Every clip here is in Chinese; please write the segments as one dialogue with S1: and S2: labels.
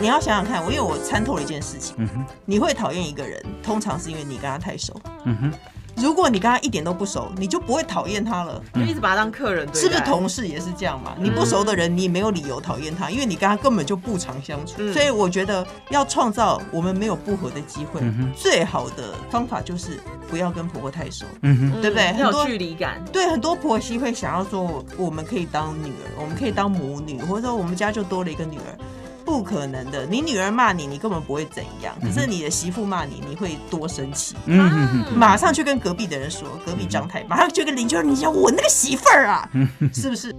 S1: 你要想想看，我因为我参透了一件事情，
S2: 嗯哼，
S1: 你会讨厌一个人，通常是因为你跟他太熟。
S2: 嗯哼，
S1: 如果你跟他一点都不熟，你就不会讨厌他了。
S3: 就一直把他当客人，
S1: 是不是？同事也是这样嘛？你不熟的人，你没有理由讨厌他，因为你跟他根本就不常相处。
S3: 嗯
S1: 所以我觉得要创造我们没有不合的机会，
S2: 嗯哼
S1: 最好的方法就是不要跟婆婆太熟。
S2: 嗯哼，
S1: 对不对
S3: 嗯
S1: 很
S3: 很
S1: 多
S3: 有距离感，
S1: 对，很多婆媳会想要说，我们可以当女儿，我们可以当母女，或者说我们家就多了一个女儿，不可能的。你女儿骂你，你根本不会怎样，可是你的媳妇骂你，你会多生气，
S2: 嗯哼哼，
S1: 马上去跟隔壁的人说，隔壁张太，马上去跟邻居说，你讲我那个媳妇儿啊，
S2: 嗯
S1: 是不是？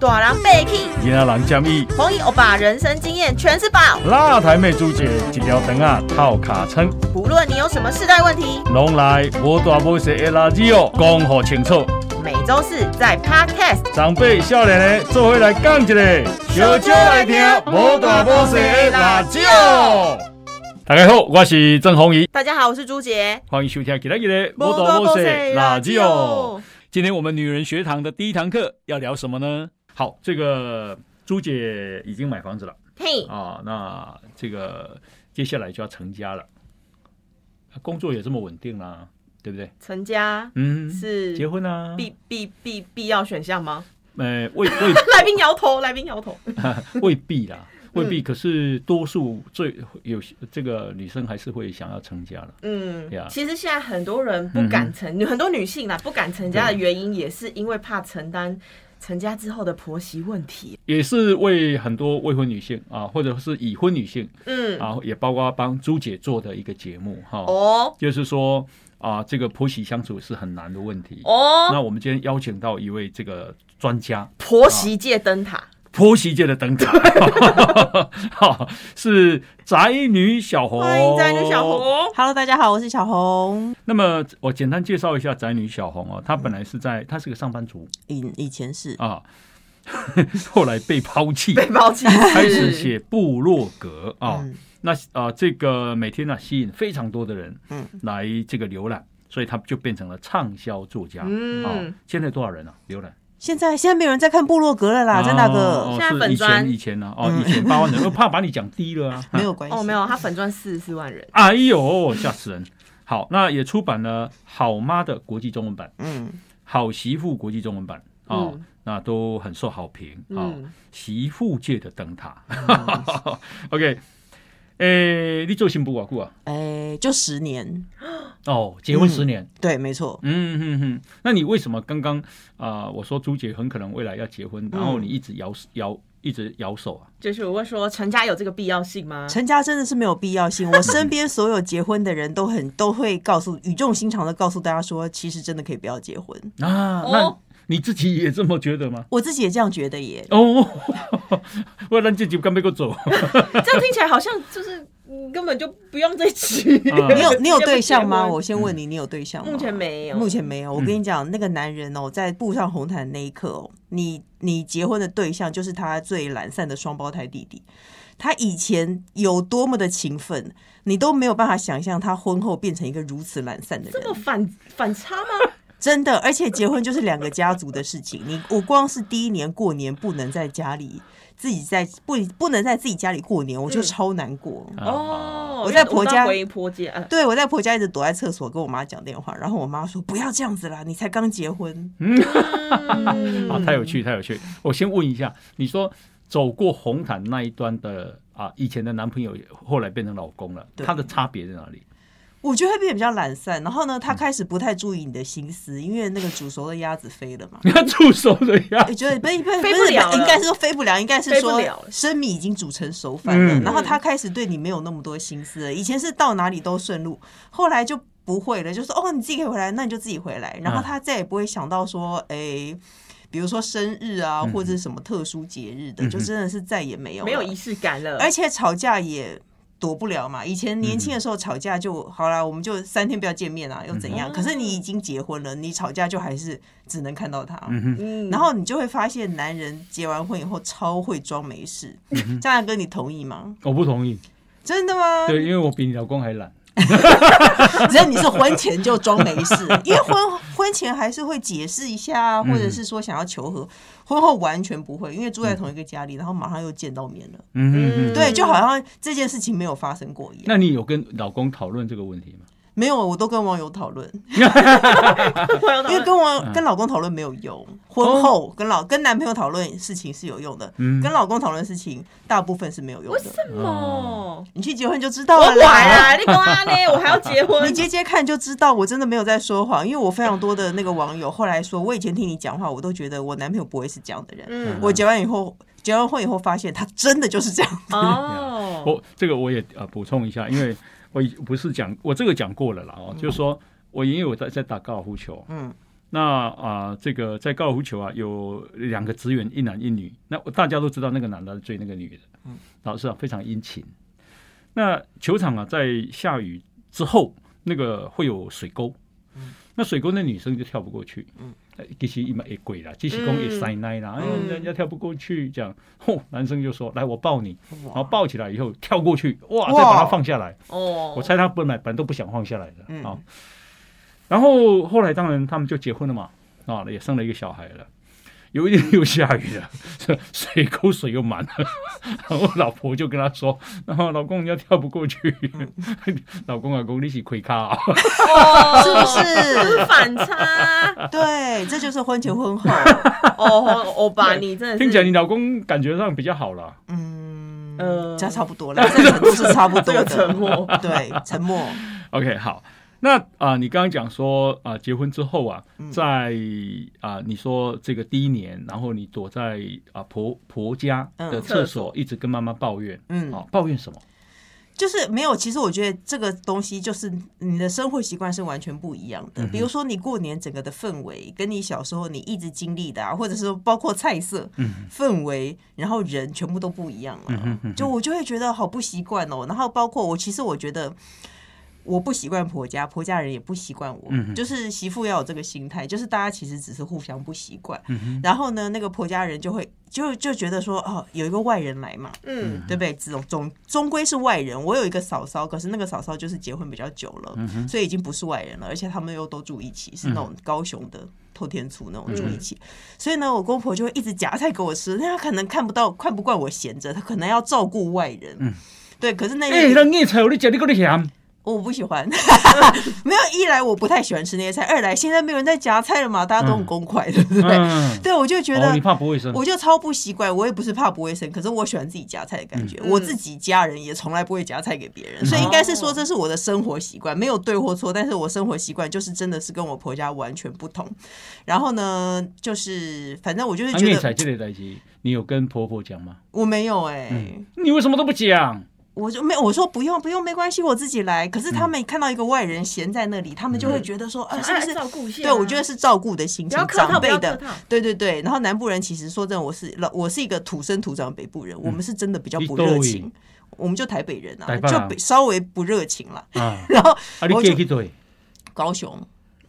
S3: 短郎被 k
S2: 野人建议，
S3: 红衣欧巴人生经验全是宝，
S2: 那台妹主姐一条肠啊套卡称，
S3: 不论你有什么世代问题，
S2: 拢来无大无小的垃圾哦，讲好清楚。
S3: 每周四在 Podcast。
S2: 长辈少年的做伙来讲一个，
S3: 小酒来听无大无小的辣椒。
S2: 大家好，我是郑宏仪，
S3: 大家好，我是朱杰。
S2: 欢迎收听今天的《无大无小的辣椒》。，今天我们女人学堂的第一堂课要聊什么呢？好，这个朱姐已经买房子了
S3: 嘿，
S2: 啊，那这个接下来就要成家了，工作也这么稳定啦、对不对？
S3: 成家
S2: 嗯，
S3: 是
S2: 结婚啊，
S3: 必必必必要选项吗？
S2: 呃，未未
S3: 来宾摇头，来宾摇头。
S2: 未必啦，未
S3: 嗯
S2: 必。可是多数最有些这个女生还是会想要成家了。
S3: 嗯
S2: Yeah 嗯
S3: 其实现在很多人不敢成，很多女性啦不敢成家的原因，也是因为怕承担成家之后的婆媳问题。
S2: 也是为很多未婚女性啊，或者是已婚女性
S3: 嗯，
S2: 啊，也包括帮朱姐做的一个节目哈、
S3: 哦
S2: 就是说啊，这个婆媳相处是很难的问题。
S3: 哦，
S2: 那我们今天邀请到一位这个专家，
S3: 婆媳界灯塔，
S2: 婆媳界的灯 塔，哈，是宅女小红。
S3: 欢迎宅女小。
S2: 哦
S3: 红。
S1: Hello，大家好，我是小红。
S2: 那么我简单介绍一下宅女小红哦，她本来是在她是个上班族，
S1: 以以前是
S2: 啊， 后来被抛弃，
S3: 被抛弃，
S2: 开始写部落格啊。
S1: 嗯
S2: 那啊、这个每天呢、吸引非常多的人
S1: 嗯
S2: 来这个浏览，所以他就变成了畅销作家。
S3: 嗯
S2: 啊，现在多少人啊？浏览
S1: 现在现在没有人在看部落格了啦，郑大
S2: 哦
S1: 哥，
S2: 哦
S3: 现在
S2: 是
S3: 粉
S2: 以前
S3: 专
S2: 以前呢、啊，哦，以前八万 人，我怕把你讲低了啊。
S1: 没有关系，
S3: 哦，没有，他粉钻四十四万人。
S2: 哎呦，吓死人！好，那也出版了《好妈》的国际中文版，《
S1: 嗯，
S2: 好媳妇》国际中文版啊、哦
S3: 嗯
S2: 那都很受好评啊、哦
S3: 嗯，
S2: 媳妇界的灯塔。OK，诶、你做新妇偌久啊？
S1: 哎，就十年，
S2: 哦，结婚十年。
S1: 对，没错，
S2: 嗯哼哼，那你为什么刚刚啊？我说朱姐很可能未来要结婚，然后你一直摇摇，一直摇手啊？
S3: 就是我会说成家有这个必要性吗？
S1: 成家真的是没有必要 性。我身边所有结婚的人都很都会告诉语重心长的告诉大家说，其实真的可以不要结婚。
S2: 啊，那
S3: 哦
S2: 你自己也这么觉得吗？
S1: 我自己也这样觉得耶。
S2: 哦，我让自己干杯个走。
S3: 这样听起来好像就是嗯根本就不用再娶。
S2: 啊
S1: 你有你有对象吗？
S3: 直接不结婚
S1: 我先问你，你有对象吗？
S3: 目前没有，嗯
S1: 目前没有。我跟你讲，那个男人哦，在步上红毯的那一刻哦，你你结婚的对象就是他最懒散的双胞胎弟弟。他以前有多么的勤奋，你都没有办法想象他婚后变成一个如此懒散的人。
S3: 这么反反差吗？
S1: 真的，而且结婚就是两个家族的事情。你我光是第一年过年不能在家里自己在不不能在自己家里过年，我就超难过。
S2: 啊
S3: 哦，
S1: 我在婆家
S3: 我回婆家，啊
S1: 对我在婆家一直躲在厕所跟我妈讲电话，然后我妈说不要这样子啦，你才刚结婚。
S3: 嗯
S2: 啊，
S1: 嗯
S2: 太有趣，太有趣。我先问一下，你说走过红毯那一端的啊，以前的男朋友后来变成老公了，
S1: 对
S2: 他的差别在哪里？
S1: 我觉得会变得比较懒散，然后呢，他开始不太注意你的心思，因为那个煮熟的鸭子飞了嘛。
S2: 你看助手啊的呀
S1: 我，觉得不是不是
S3: 飞
S1: 不
S3: 不
S1: 是，
S3: 了了
S1: 应该是说飞不了，应该是
S3: 飞不
S1: 说
S3: 了了
S1: 生米已经煮成熟饭了。
S2: 嗯
S1: 然后他开始对你没有那么多心思了。以前是到哪里都顺路，后来就不会了，就说哦你自己可以回来，那你就自己回来。然后他再也不会想到说，哎、比如说生日啊，或者是什么特殊节日的，就真的是再也没有了
S3: 没有仪式感了。
S1: 而且吵架也躲不了嘛。以前年轻的时候吵架就、好啦，我们就三天不要见面啊，又怎样？可是你已经结婚了，你吵架就还是只能看到他。
S3: 嗯
S1: 然后你就会发现，男人结完婚以后超会装没事。张大哥，你同意吗？
S2: 我不同意。
S1: 真的吗？
S2: 对，因为我比你老公还懒。
S1: 只要你是婚前就装没事，因为婚婚前还是会解释一下啊，或者是说想要求和，婚后完全不会，因为住在同一个家里，然后马上又见到面了，
S2: 嗯哼哼
S1: 对，就好像这件事情没有发生过一样。
S2: 那你有跟老公讨论这个问题吗？
S1: 没有，我都跟网友讨论，
S3: 我有
S1: 因为
S3: 懂
S1: 跟网跟老公讨论没有用，婚后跟老跟男朋友讨论事情是有用的，
S2: 嗯
S1: 跟老公讨论事情大部分是没有用
S3: 为
S1: 的。
S2: 啊
S3: 什么？
S1: 你去结婚就知
S3: 我
S1: 道了
S3: 管
S1: 啦。
S3: 啊，你管啊呢？我还要结婚
S1: 你？接接看就知道，我真的没有在说谎，因为我非常多的那个网友后来说，我以前听你讲话，我都觉得我男朋友不会是这样的人。
S3: 嗯，
S1: 我结完以后，结完婚以后发现他真的就是这样。
S3: 哦，
S2: 我这个我也呃补充一下，因为我已不是讲我这个讲过了啦哦，就是说我因为我在在打高尔夫球，
S1: 嗯，
S2: 那啊、这个在高尔夫球啊有两个职员，一男一女，那我大家都知道那个男的追那个女的，嗯，老师啊非常殷勤。那球场啊在下雨之后，那个会有水沟，那水沟那女生就跳不过去，嗯。其实一般也鬼啦，其实
S1: 嗯
S2: 公也塞奶啦，哎、
S3: 嗯
S2: 人家跳不过去，这样，吼，男生就说来我抱你，然后
S1: 哇，
S2: 抱起来以后跳过去，哇，
S1: 哇
S2: 再把它放下来。
S3: 哦，
S2: 我猜他本来本来都不想放下来的啊、
S1: 嗯
S2: 然后后来当然他们就结婚了嘛，啊，也生了一个小孩了。有一 天又下雨了， 这水沟水又满了， 然后老婆就跟他说：“ 然后老公人家跳不过去，
S3: 嗯
S2: 老公老公你是亏咖啊。
S1: 是不是？
S3: 哦是反差？
S1: 对，这就是婚前婚后。
S3: 哦，欧巴，你真的”是
S2: 听起来你老公感觉上比较好了，
S1: 嗯，
S3: 呃
S1: 这差不多 了，这个程度是差不多
S3: 这个
S1: 的。
S3: 沉默，
S1: 对，沉默。
S2: OK，好，那啊、你刚刚讲说啊、结婚之后啊，
S1: 嗯
S2: 在啊、你说这个第一年，然后你躲在啊、婆婆家的
S1: 嗯
S2: 厕
S3: 厕
S2: 所，一直跟妈妈抱怨，
S1: 嗯
S2: 啊，抱怨什么？
S1: 就是没有，其实我觉得这个东西就是你的生活习惯是完全不一样的。比如说你过年整个的氛围，跟你小时候你一直经历的啊，或者是包括菜色、氛围，然后人全部都不一样了。啊就我就会觉得好不习惯哦。然后包括我，其实我觉得我不习惯婆家，婆家人也不习惯我，就是媳妇要有这个心态，就是大家其实只是互相不习惯。然后呢，那个婆家人就会就就觉得说，哦，有一个外人来嘛，
S3: 嗯，
S1: 对不对？这种总终归是外人。我有一个嫂嫂，可是那个嫂嫂就是结婚比较久了，
S2: 嗯
S1: 所以已经不是外人了，而且他们又都住一起，是那种高雄的。透天厝那种住
S2: 嗯
S1: 一起，所以呢，我公婆就会一直夹菜给我吃。那他可能看不到，看不惯我闲着，他可能要照顾外人。对，可是那
S2: 嗯哎、那你才有你讲你个你嫌，
S1: 我不喜欢， 没有一来我不太喜欢吃那些菜，二来现在没有人在夹菜了嘛，大家都很公筷，对不对？
S2: 嗯，
S1: 对，我就觉
S2: 哦，
S1: 得
S2: 你怕不卫生，
S1: 我就超不习惯，我也不是怕不卫生，可是我喜欢自己夹菜的感觉。
S2: 嗯
S1: 我自己家人也从来不会夹菜给别人，所以应该是说这是我的生活习惯，没有对或错。但是我生活习惯就是真的是跟我婆家完全不同。然后呢，就是反正我就是
S2: 啊，
S1: 觉
S2: 你
S1: 得
S2: 才这类代志，你有跟婆婆讲吗？
S1: 我没有哎、
S2: 你为什么都 不讲？
S1: 我就没有我说不用不用，没关系，我自己来。可是他
S2: 嗯
S1: 们看到一个外人闲在那里，他们就会觉得说，啊，是不
S3: 哎
S1: 是
S3: 照顾一下啊？
S1: 对，我觉得是照顾的心
S3: 不
S1: 情
S3: 要，客套，
S1: 长
S3: 不
S1: 辈
S3: 要客
S1: 的。
S3: 套。
S1: 对对对，然后南部人其实说真的，我是老，我是一个土生土长的北部人，我们是真的比较不热
S2: 嗯你都
S1: 情，我们就台北人啊，
S2: 台北啊
S1: 就北稍微不热情啦。
S2: 啊，
S1: 然后
S2: 啊，你
S1: 我就
S2: 嫁去对，
S1: 高雄，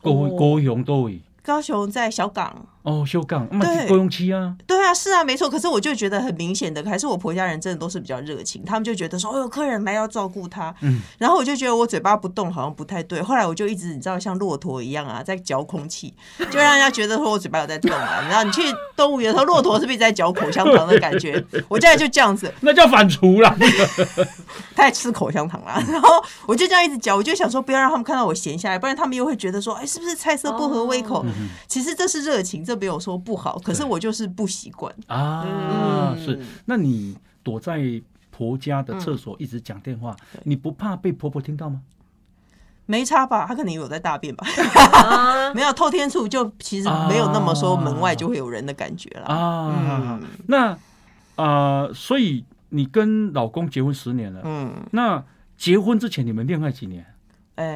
S2: 高
S3: 哦
S2: 高雄多位，
S1: 高雄在小港，
S2: 哦，修港，嘛
S1: 对
S2: 是高雄区啊，
S1: 对啊，是啊，没错。可是我就觉得很明显的，还是我婆家人真的都是比较热情，他们就觉得说，哦，有客人来要照顾他。
S2: 嗯，
S1: 然后我就觉得我嘴巴不动好像不太对，后来我就一直你知道像骆驼一样啊，在嚼空气，就让人家觉得说我嘴巴有在动啊。然后你去动物园的时候，骆驼是不是在嚼口香糖的感觉？我家里就这样子，
S2: 那叫反刍啦。
S1: 他在吃口香糖啦， 然后我就这样一直嚼，我就想说不要让他们看到我闲下来，不然他们又会觉得说，哎，是不是菜色不合胃口？其实这是热情，这没有说不好，可是我就是不习惯。
S2: 啊，
S3: 嗯
S2: 是。那你躲在婆家的厕所一直讲电话，你不怕被婆婆听到吗？
S1: 没差吧？他可能有在大便吧？
S3: 啊
S1: 没有透天处就其实没有那么说门外就会有人的感觉啦。
S2: 啊，那啊，所以你跟老公结婚十年了，
S1: 嗯，
S2: 那结婚之前你们恋爱几年？
S1: 哎、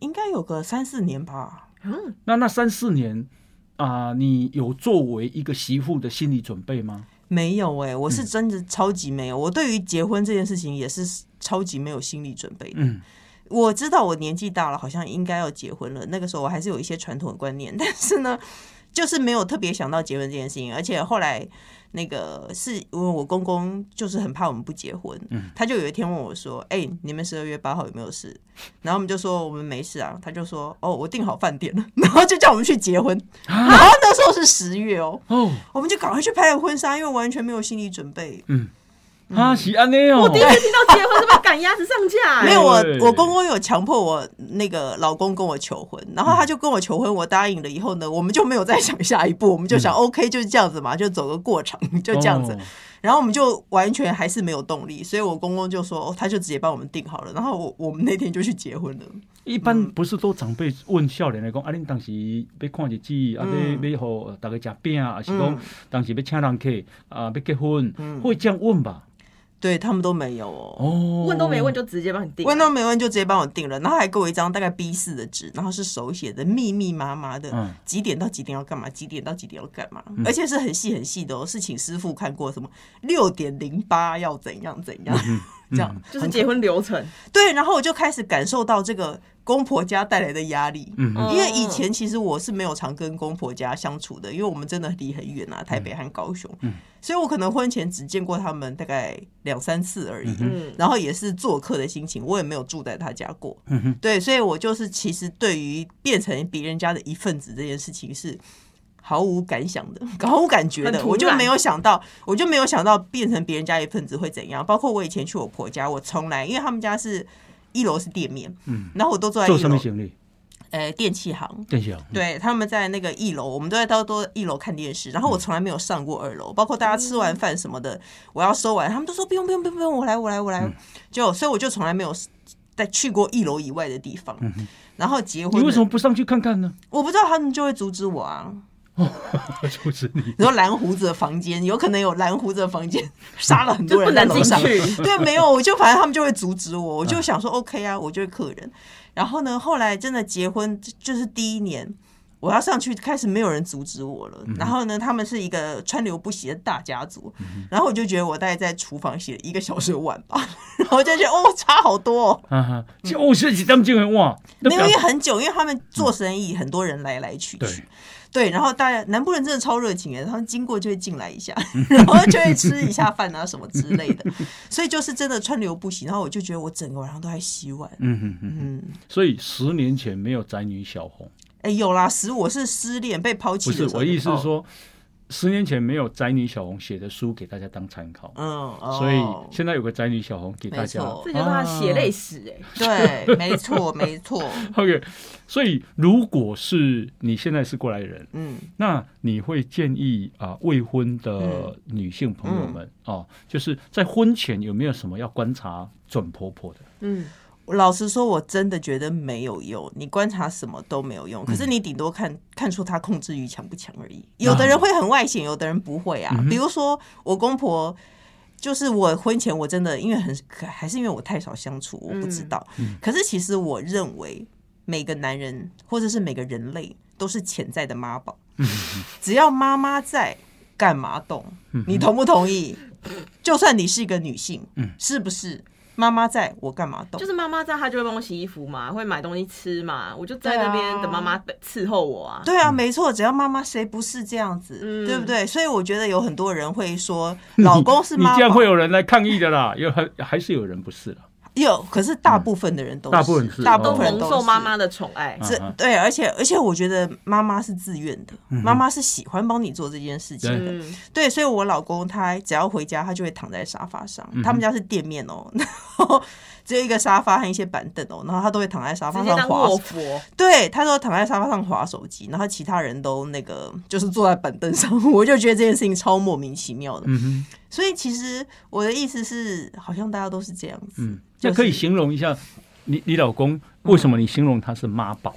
S1: 应该有个三四年吧。
S3: 嗯，
S2: 那那三四年啊，你有作为一个媳妇的心理准备吗？
S1: 没有哎、我是真的超级没有。我对于结婚这件事情也是超级没有心理准备的。
S2: 嗯，
S1: 我 知道我年纪大了，好像应该要结婚了。那个时候我还是有一些传统的观念，但是呢，就是没有特别想到结婚这件事情，而且后来那个是因为我公公就是很怕我们不结婚，他就有一天问我说：“哎、你们十二月八号有没有事？”然后我们就说我们没事啊，他就说：“哦，我订好饭店了。”然后就叫我们去结婚，然后那时候是十月哦，
S2: 哦，
S1: 我们就赶快去拍了婚纱，因为完全没有心理准备。
S2: 啊，是安内哦，
S3: 我第一次听到结婚是被赶鸭子上架、哎
S1: 没有我
S2: 哎对，嗯
S1: 我公公有强迫我那个老公跟我求婚，然后他就跟我求婚，我答应了以后呢，我们就没有再想下一步，我们就想、OK 就是这样子嘛，就走个过场，就这样子。
S2: 嗯哦
S1: 然后我们就完全还是没有动力，所以我公公就说，哦、他就直接帮我们订好了，然后我我们那天就去结婚了。
S2: 一
S1: 嗯
S2: 般不是都长辈问少年来讲，啊，恁当时要看日子，啊，
S1: 嗯
S2: 要要互大家食饼，啊，是
S1: 嗯
S2: 讲当时要请人客，啊，要结婚，会这样问吧？
S1: 对他们都没有哦，
S2: 哦，
S3: 问都没问就直接帮你订，
S1: 问都没问就直接帮我订了，然后还给我一张大概 B 四的纸，然后是手写的，密密麻麻的，
S2: 嗯
S1: 几点到几点要干嘛，几点到几点要干嘛，而且是很细很细的哦，是请师傅看过什么六点零八要怎样怎
S2: 嗯
S1: 样，这样
S3: 就是结婚流程。
S1: 对，然后我就开始感受到这个公婆家带来的压力，
S2: 嗯嗯
S1: 因为
S3: 哦
S1: 以前其实我是没有常跟公婆家相处的，因为我们真的离很远啊，台
S2: 嗯
S1: 北和高雄，所以我可能婚前只见过他们大概两三次而已，
S3: 嗯
S1: 然后也是做客的心情，我也没有住在他家过，
S2: 嗯哼
S1: 对，所以我就是其实对于变成别人家的一份子这件事情是。毫无感想的， 毫无感觉
S3: 很
S1: 的，
S3: 突
S1: 我就
S3: 然
S1: 没有想到，我就没有想到变成别人家一份子会怎样。包括我以前去我婆家，我从来因为他们家是一楼是店面，嗯，然后我都坐在
S2: 做
S1: 一
S2: 什么
S1: 楼，
S2: 行李？
S1: 呃，电器行，
S2: 邓小，
S1: 对，他们在那个一楼，我们都在到多一楼看电视，然后
S2: 嗯
S1: 我从来没有上过二楼，包括大家吃完饭什么的，我要收完，他们都说不用不用不用不用，我来我来我
S2: 嗯
S1: 来，就所以我就从来没有再去过一楼以外的地方。然后结婚
S2: 嗯你
S1: 了，
S2: 为什么不上去看看呢？
S1: 我不知道他们就会阻止我啊？
S2: 就是你，
S1: 你说蓝胡子的房间，有可能有蓝胡子的房间杀了很
S3: 就
S1: 多
S3: 不
S1: 人在
S3: 能
S1: 楼
S3: 进
S1: 上，
S3: 去，
S1: 对，没有，我就反正他们就会阻止我，我就想说 OK 啊，我就是客人。然后呢，后来真的结婚就是第一年，我要上去开始没有人阻止我了。然后呢，他们是一个川流不息的大家族，然后我就觉得我大概在厨房洗了一个小时的碗吧， 然后我就觉得哦，差好多、哦。
S2: 哈哈，这哦，是几张证人哇？那
S1: 没有，
S2: 表
S1: 因为很久，因为他们做生意，很多人来来去
S2: 嗯对
S1: 去。对，然后大家南部人真的超热情的，他们经过就会进来 一下，然后就会吃一下饭啊什么之类的，所以就是真的川流不息。然后我就觉得我整个晚上都在洗碗，
S2: 嗯哼哼，
S1: 嗯，
S2: 所以十年前没有宅女小红，
S1: 哎、有啦，十我是失恋被抛弃
S2: 不
S1: 的时
S2: 是
S1: 候，
S2: 我意思是说，
S1: 哦
S2: 十年前没有宅女小红写的书给大家当参考，
S1: 哦，嗯，哦
S2: 所以现在有个宅女小红给大家
S1: 没错
S3: 这就是他的血泪史哎、
S1: 啊对，没错，没错，
S2: 啊 OK，所以如果是你现在是过来人，
S1: 嗯，
S2: 那你会建议啊、未婚
S1: 嗯
S2: 的女性朋友们哦、就是在婚前有没有什么要观察准婆婆的？
S3: 嗯，
S1: 老实说，我真的觉得没有用，你观察什么都没有用。可是你顶多看看出他控制欲强不强而已。有的人会很外显，有的人不会啊。比如说我公婆。就是我婚前我真的因为很可还是因为我太少相处，我不知道。可是其实我认为每个男人或者是每个人类都是潜在的妈宝，只要妈妈在，干嘛动？你同不同意？就算你是一个女性，是不是妈妈在我干嘛动
S3: 就？是妈妈在，她就会帮我洗衣服嘛，会买东西吃嘛，我就在
S1: 对啊
S3: 那边等妈妈伺候我啊。
S2: 嗯
S1: 对啊，没错，只要妈妈，谁不是这样子，
S3: 嗯
S1: 对不对？所以我觉得有很多人会说，老公是
S2: 你
S1: 妈
S2: 这样
S1: 宝
S2: 会，有人来抗议的啦， 有还还是有人不是了。
S1: 有，可是大部分的人都是，
S2: 嗯大部分是嗯
S1: 大
S3: 都
S1: 部分人
S3: 蒙
S1: 都
S3: 受
S1: 是
S3: 妈。妈的宠爱，
S1: 这
S2: 啊哈
S1: 对，而且而且，我觉得妈妈是自愿的，
S2: 嗯
S1: 妈妈是喜欢帮你做这件事情的。
S3: 嗯，
S1: 对，所以我老公他只要回家，他就会躺在沙发上。
S2: 嗯
S1: 他们家是店面哦， 然后只有一个沙发和一些板凳哦，然后他都会躺在沙
S3: 直
S1: 发
S3: 接
S1: 上
S3: 当
S1: 滑
S3: 卧
S1: 手。
S3: 佛，
S1: 对，他说躺在沙发上滑手机，然后其他人都那个就是坐在板凳上， 我就觉得这件事情超莫名其妙的。
S2: 嗯哼，
S1: 所以其实我的意思是，好像大家都是这样子。
S2: 嗯，
S1: 就
S2: 那
S1: 是
S2: 可以形容一下你你老公为什么你形容他是妈宝？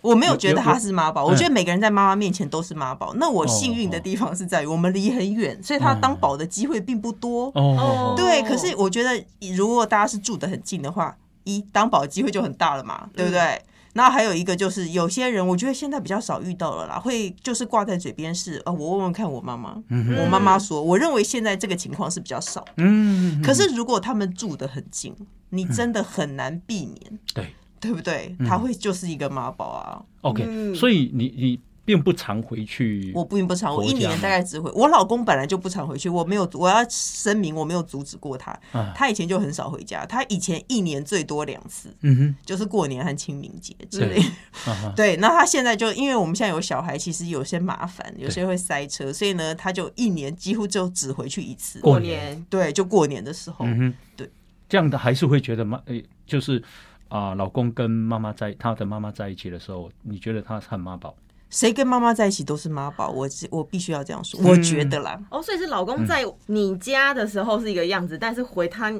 S1: 我没有
S2: 有
S1: 觉得
S2: 有
S1: 他
S2: 有
S1: 是妈宝，我觉得每个人在妈妈面前都是妈宝。那我幸运的
S2: 哦嗯
S1: 地方是在于我们离很远，所以他当宝的机会并不多。
S2: 哦，
S1: 对，
S3: 哦
S1: 可是我觉得如果大家是住得很近的话，一当保的机会就很大了
S2: 嗯
S1: 嘛，对不对？然后还有一个就是，有些人我觉得现在比较少遇到了啦，会就是挂在嘴边是呃，我问问看我妈妈，
S2: 嗯
S1: 我妈妈说，我认为现在这个情况是比较少。
S2: 嗯，
S1: 可是如果他们住得很近，你真的很难避免，
S2: 对嗯
S1: 对不对？他会就是一个妈宝啊，
S2: ，OK，
S3: 嗯
S2: 所以你你并不常回去。
S1: 我并不常，我
S2: 国
S1: 一
S2: 家
S1: 年
S2: 吗
S1: 大概只回。我老公本来就不常回去，我没有，我要声明我没有阻止过他。
S2: 啊
S1: 他以前就很少回家，他以前一年最多两次，
S2: 嗯
S1: 就是过年和清明节之
S2: 对
S1: 类的。
S2: 哼，啊哈，
S1: 对，那他现在就因为我们现在有小孩，其实有些麻烦，有些会塞车，所以呢，他就一年几乎就只回去一次。
S2: 过
S3: 过
S2: 年
S3: 年
S1: 对，就过年的时候，
S2: 嗯哼，
S1: 哦对，
S2: 这样的还是会觉得妈，呃就是啊、老公跟妈妈在他的妈妈在一起的时候，你觉得他是很妈宝？
S1: 谁跟妈妈在一起都是妈宝，我只我必须要这样说，
S2: 嗯
S1: 我觉得啦，
S3: 哦，所以是老
S1: 嗯
S3: 公在你家的时候是一个样子，但是回他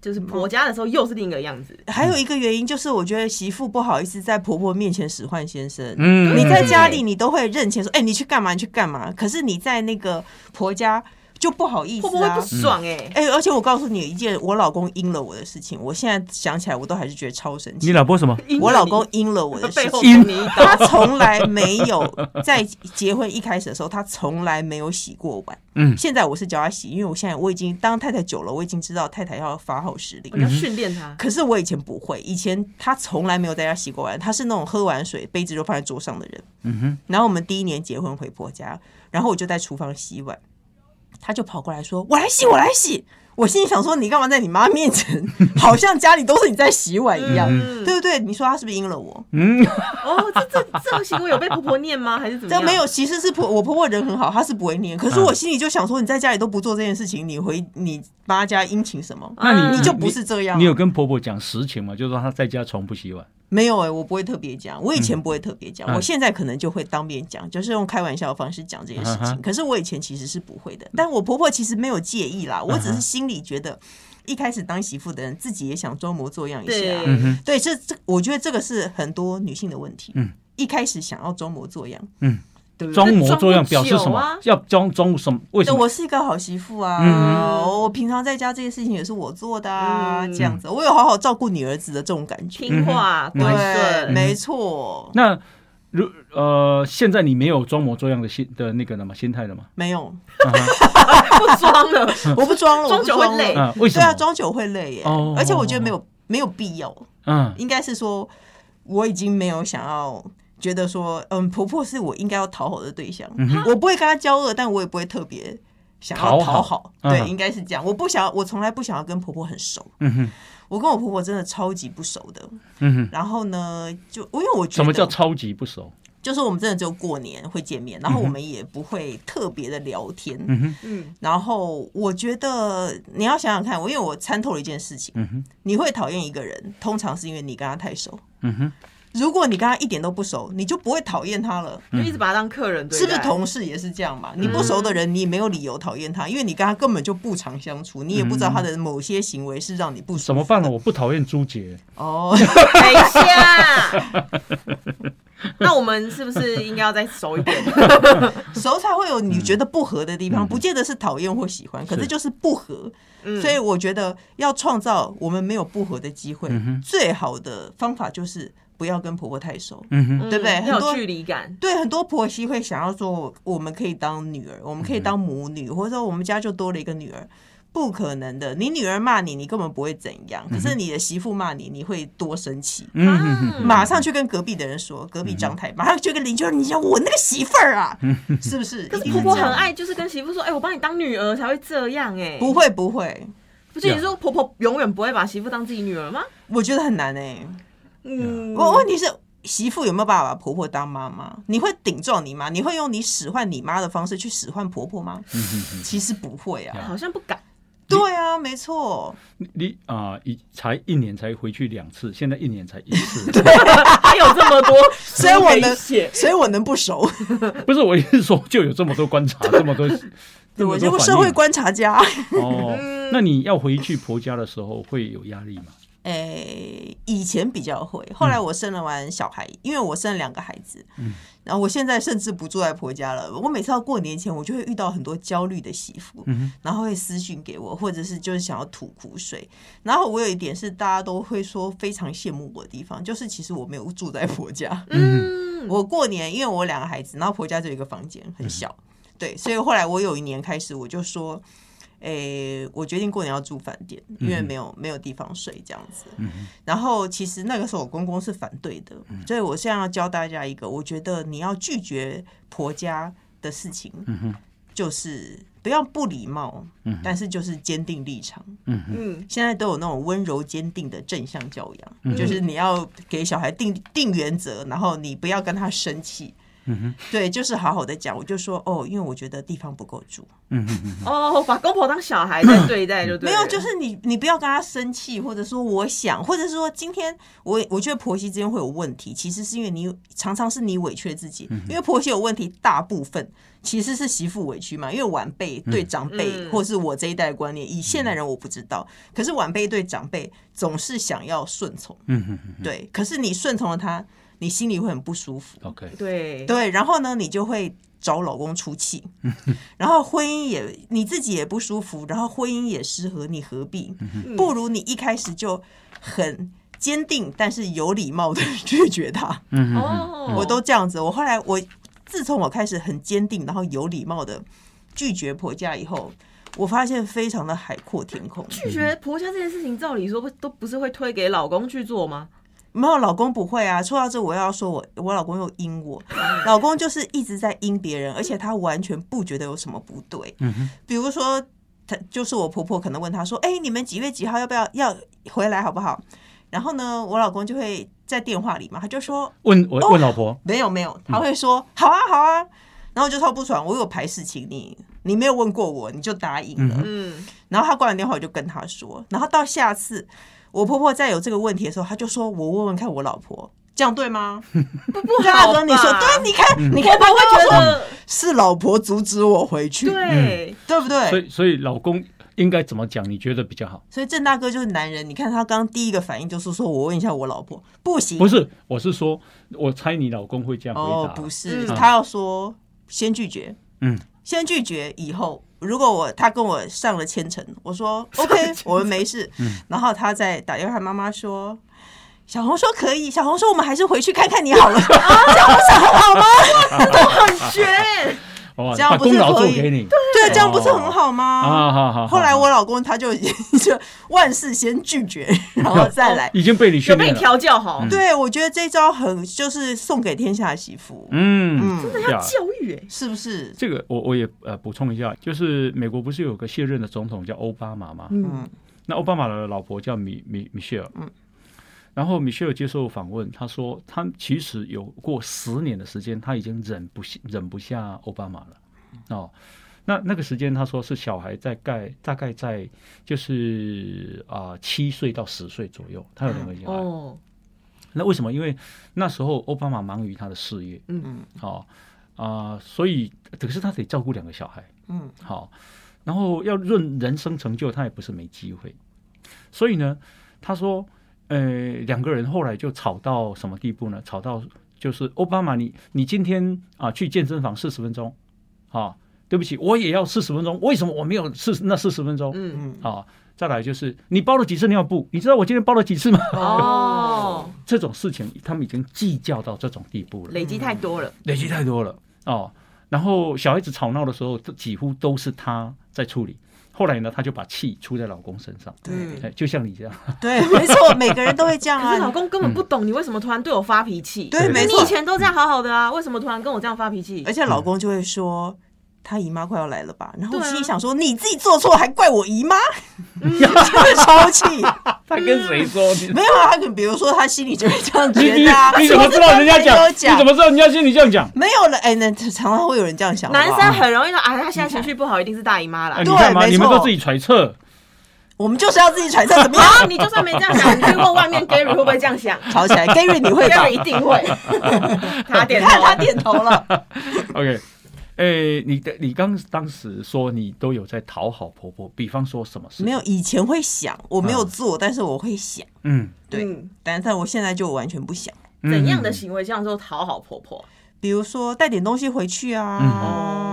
S3: 就是婆家的时候又是另一个样子。
S1: 还有一个原因就是，我觉得媳妇不好意思在婆婆面前使唤先生。
S2: 嗯
S1: 你在家
S3: 对
S1: 里，你都会认钱说，哎、你去干嘛？你去干嘛？可是你在那个婆家就不好意思、啊，
S3: 婆婆会不爽哎、
S1: 哎、而且我告诉你一件我老公阴了我的事情，我现在想起来我都还是觉得超神
S2: 你
S1: 奇。
S2: 老婆什么？
S3: 阴着
S1: 我
S3: 你
S1: 老公阴了我的事
S3: 背后
S1: 情，
S3: 捅你一刀，
S1: 他从来没有在结婚一开始的时候，他从来没有洗过碗。
S2: 嗯
S1: 现在我是教他洗，因为我现在我已经当太太久了，我已经知道太太要发号施令
S3: 我。要训练他。
S1: 可是我以前不会，以前他从来没有在家洗过碗，他是那种喝完水杯子就放在桌上的人。
S2: 嗯哼，
S1: 然后我们第一年结婚回婆家，然后我就在厨房洗碗，他就跑过来说：“我来洗，我来洗。”我心里想说：“你干嘛在你妈面前， 好像家里都是你在洗碗一样，
S3: 嗯
S1: 对不对？”你说他是不是阴了我？
S2: 嗯，
S3: 哦，这这这个行为有被婆婆念吗？还是怎么
S1: 这
S3: 样？
S1: 没有，其实是婆我婆婆人很好，她是不会念。可是
S2: 嗯
S1: 我心里就想说，你在家里都不做这件事情，你回你妈家殷勤什么？
S3: 啊，
S2: 那你
S1: 你就不是这样啊
S2: 你有跟婆婆讲实情吗？就是说她在家从不洗碗。
S1: 没有哎、我不会特别讲，我以前不会特别讲，
S2: 嗯
S1: 我现在可能就会当面讲，就是用开玩笑的方式讲这件事
S2: 嗯
S1: 情。
S2: 哼
S1: 可是我以前其实是不会的，但我婆婆其实没有介意
S2: 嗯
S1: 啦，我只是心里觉得，一开始当媳妇的人自己也想装模作样一
S3: 对
S1: 下，，
S2: 嗯哼
S1: 对，这这，我觉得这个是很多女性的问题。
S2: 嗯，
S1: 一开始想要装模作样，
S2: 嗯，
S1: 对不对？
S2: 装模作样表示什
S3: 装不久
S2: 么？
S3: 啊
S1: 哦
S2: 要装装什么？为什
S1: 对，
S2: 么？
S1: 我是一个好媳妇啊！
S2: 嗯
S1: 我平常在家这些事情也是我做的啊，
S3: 嗯
S1: 这样子，我有好好照顾你儿子的这种感觉。
S3: 听话
S2: 嗯
S3: 乖
S1: 对，
S3: 顺，
S1: 没错，
S2: 那如呃，现在你没有装模作样的心的那个了吗？心态了吗？
S1: 没有，
S2: 啊哈
S3: 不装了。
S1: 我不装了，我
S3: 装
S1: 不
S3: 久
S1: 装
S3: 会
S1: 了
S3: 累
S2: 啊，为什
S1: 对
S2: 么？
S1: 啊，装久会累耶
S2: 哦，
S1: 而且我觉得没有没有必要，
S2: 嗯
S1: 应该是说我已经没有想要。觉得说，嗯，婆婆是我应该要讨好的对象，
S2: 嗯
S1: 我不会跟她交恶，但我也不会特别想要
S2: 讨好
S1: 讨好。对，
S2: 嗯
S1: 应该是这样。我不想，我从来不想要跟婆婆很熟，
S2: 嗯哼
S1: 我跟我婆婆真的超级不熟的。
S2: 嗯哼，
S1: 然后呢，就因为我觉得
S2: 什么叫超级不熟？
S1: 就是我们真的只有过年会见面，然后我们也不会特别的聊天。
S2: 嗯哼
S3: 嗯，
S1: 然后我觉得你要想想看，我因为我参透了一件事情，
S2: 嗯哼
S1: 你会讨厌一个人，通常是因为你跟他太熟。
S2: 嗯哼，
S1: 如果你跟他一点都不熟，你就不会讨厌他了。
S2: 嗯
S3: 嗯就一直把他当客人对
S1: 是不是
S3: 待
S1: 同事也是这样嘛？你不熟的人，你没有理由讨厌他，因为你跟他根本就不常相处，你也不知道他的某些行为是让你不舒服
S2: 嗯怎么办呢？我不讨厌朱杰，
S1: 哦，
S3: 等一 下，那我们是不是应该要再熟一 点？
S1: 熟才会有你觉得不合的地方，不见得是讨厌或喜欢，可是
S2: 嗯是
S1: 就是不合。
S3: 嗯
S1: 所以我觉得要创造我们没有不合的机会，
S2: 嗯
S1: 最好的方法就是不要跟婆婆太熟。
S2: 嗯哼，
S3: 嗯
S1: 对不对
S3: 要
S1: 很
S3: 有
S1: 多
S3: 距离感。
S1: 对，很多婆媳会想要说，我们可以当女儿，我们可以
S2: 嗯
S1: 当母女，或者说我们家就多了一个女儿。不可能的，你女儿骂你，你根本不会怎样。可是你的媳妇骂你，你会多生气，
S2: 嗯哼哼哼，
S1: 啊马上去跟隔壁的人说，隔壁张太，马上去跟邻居说，你讲我那个媳妇儿啊，
S2: 嗯
S1: 是不是？
S3: 可
S1: 一
S3: 是
S1: 定
S3: 婆婆
S1: 这样
S3: 很爱，就是跟媳妇说：“哎、我把你当女儿才会这样。”哎，
S1: 不，会不会，
S3: 不是你说婆婆永远不会把媳妇当自己女儿吗？
S1: 我觉得很难哎、
S3: 嗯，
S1: 我问题是，媳妇有没有办法把婆婆当妈妈？你会顶撞你妈？你会用你使唤你妈的方式去使唤婆婆 吗？
S2: 嗯
S1: 其实不会啊。
S3: 好像不敢。
S1: 对啊，没错。
S2: 你你啊，一才一年才回去两次，现在一年才一次，
S3: 还有这么多 书可以写，
S1: 所以我能，所以我能不熟。
S2: 不是我意思说就有这么多观察，这么多，这
S1: 我
S2: 么多
S1: 就
S2: 反
S1: 社会
S2: 应
S1: 观察 嗯家。
S2: 哦。那你要回去婆家的时候会有压力吗？
S1: 诶，以前比较会，后来我生了完小孩，因为我生了两个孩子，然后我现在甚至不住在婆家了。我每次到过年前，我就会遇到很多焦虑的媳妇，然后会私讯给我，或者是就是想要吐苦水。然后我有一点是大家都会说非常羡慕我的地方，就是其实我没有住在婆家，
S3: 嗯，
S1: 我过年因为我有两个孩子，然后婆家只有一个房间，很小，对，所以后来我有一年开始我就说。诶、我决定过年要住饭店，因为没有、没有地方睡这样子。然后其实那个时候我公公是反对的，所以我现在要教大家一个，我觉得你要拒绝婆家的事情，就是不要不礼貌，但是就是坚定立场。
S3: 嗯，
S1: 现在都有那种温柔坚定的正向教养，就是你要给小孩定定原则，然后你不要跟他生气。对，就是好好的讲，我就说哦，因为我觉得地方不够住，
S3: 哦，把公婆当小孩在对待嗯就对
S1: 没
S3: 了，
S1: 有，就是你你不要跟他生气，或者说我想，或者说今天我我觉得婆媳之间会有问题，其实是因为你常常是你委屈了自
S3: 嗯
S1: 己，因为婆媳有问题，大部分其实是媳妇委屈嘛，因为晚辈对长辈、
S3: 嗯
S1: 或是我这一代的观念，以现代人我不知道，可是晚辈对长辈总是想要顺从，
S2: 嗯哼哼
S1: 对，可是你顺从了他，你心里会很不舒服。
S2: ，OK，
S3: 对
S1: 对，然后呢，你就会找老公出气，然后婚姻也你自己也不舒服，然后婚姻也失和，你何必？不如你一开始就很坚定，但是有礼貌的 拒绝他。
S2: 嗯哼哼
S3: 哦，
S1: 我都这样子，我后来我自从我开始很坚定，然后有礼貌的拒绝婆家以后。我发现非常的海阔天空，
S3: 拒绝婆家这件事情，照理说不都不是会推给老公去做吗？
S1: 没有老公不会啊。说到这，我又要说我我老公又阴我，老公就是一直在阴别人，而且他完全不觉得有什么不对。
S2: 嗯哼，
S1: 比如说，他就是我婆婆可能问他说：“哎、你们几月几号要不要要回来好不好？”然后呢，我老公就会在电话里嘛，他就说
S2: 问
S1: 哦
S2: 我问老婆，
S1: 没有没有，他会说、好啊好啊，然后我就超不爽，我有排事情你。你没有问过我，你就答应了。
S3: 嗯，
S1: 然后他挂完电话，我就跟他说。然后到下次我婆婆再有这个问题的时候，他就说：“我问问看我老婆，这样对吗？”
S3: 不
S1: 不
S3: 不
S1: 大
S3: 好
S1: 哥，
S3: 吧？嗯
S1: 你说对，你看，你看，
S3: 我会觉得
S1: 是老婆阻止我回去，
S3: 对，
S1: 对不对？
S2: 所以所以老公应该怎么讲？你觉得比较好？
S1: 所以郑大哥就是男人，你看他刚第一个反应就是说我问一下我老婆，不行，
S2: 不是，我是说，我猜你老公会这样回
S1: 嗯哦，
S2: 答。
S1: 不是，
S3: 嗯
S1: 他要说先拒绝，
S2: 嗯，
S1: 先拒绝以后，如果我他跟我上了千层，我说 OK，我们没事，
S2: 嗯
S1: 然后他再打电话妈妈说。小红说可以，小红说我们还是回去看看你好了。 小红说好吗？
S3: 很绝，
S2: 哦，
S1: 这样
S2: 把
S1: 不是
S2: 功劳做
S1: 可以
S2: 给你。
S1: 对，这样不是很好吗？
S2: 啊，好好。
S1: 后来
S2: 好
S1: 我老公他就已经 就万事先拒绝，然后再来。
S2: 已经被你
S3: 有
S2: 训
S3: 被
S2: 练了。
S3: 你调教
S2: 嗯
S3: 好，
S1: 对，我觉得这招很就是送给天下媳妇。
S2: 嗯，
S1: 嗯，
S3: 那要教育哎，
S1: 是不是？
S2: 这个我我也呃补充一下，就是美国不是有个卸任的总统叫奥巴马吗？
S1: 嗯
S2: 那奥巴马的老婆叫米米米歇尔，
S1: 嗯，
S2: 然后米歇尔接受访问，他说他其实有过十年的时间，他已经忍不下忍不下奥巴马了，
S3: 嗯
S2: 哦，那那个时间他说是小孩在盖大概在就是啊七、岁到十岁左右，他有两个小孩，
S3: 哦，
S2: 那为什么？因为那时候奥巴马忙于他的事业，
S1: 嗯
S2: 好、啊、所以可是他得照顾两个小孩，
S1: 嗯，
S2: 好，然后要论人生成就，他也不是没机会，所以呢，他说，呃，两个人后来就吵到什么地步呢？吵到就是奥巴马你，你今天啊去健身房四十分钟，啊，对不起，我也要四十分钟，为什么我没有四那四十分钟？
S3: 嗯，
S2: 啊，再来就是你包了几次尿布？你知道我今天包了几次吗？
S3: 哦，
S2: 这种事情他们已经计较到这种地步了。
S3: 累积太多了，
S2: 累积太多了哦。然后小孩子吵闹的时候，都几乎都是她在处理。后来呢，她就把气出在老公身上，
S3: 嗯
S1: 对
S2: 哎，就像你这样，
S1: 对，没错，每个人都会这样
S3: 可是老
S1: 啊。
S3: 公根本不懂你为什么突然对我发脾气，
S1: 对，
S2: 对
S1: 没
S3: 你
S1: 错
S3: 以。前都这样好好的啊，为什么突然跟我这样发脾气
S1: 而？且
S2: 嗯
S1: 老公就会说。他姨妈快要来了吧？然后我
S3: 对啊嗯
S1: 心里想说，你自己做错还怪我姨 妈，嗯超气。
S2: 她跟谁说？
S1: 没有啊，他可能比如说他心里就会这样
S2: 你
S1: 觉
S2: 你
S1: 得啊。
S2: 你怎么知道人家
S1: 我
S2: 讲？
S1: 是跟朋友
S2: 你怎么知道人家心里这样讲？
S1: 没有了？哎，那常常会有人这样想。
S3: 男
S1: 好不嗯好
S3: 生很容易说啊，他现在情绪不好，一定是大姨妈啦
S2: 哎，你。看嘛，
S1: 没错
S2: 你们都自己揣测，
S1: 我们就是要自己揣测怎么
S3: 然
S1: 样
S3: 后啊你就算没这样想，你去问外面 Gary 会不会这样想
S1: 吵起来。Gary，你会吧
S3: ？Gary？一定 会，他
S1: 你
S3: 点
S1: 看
S3: 头，
S1: 他
S3: 啊
S1: 点头了。
S2: OK，诶，你的你刚当时说你都有在讨好婆婆，比方说什么事？
S1: 没有，，以前会想，我没有做，但是我会想。
S2: 嗯，
S1: 对
S3: 嗯
S1: 但但我现在就完全不想。
S2: 嗯
S3: 怎样的行为叫做讨好婆婆？
S1: 比如说带点东西回去啊，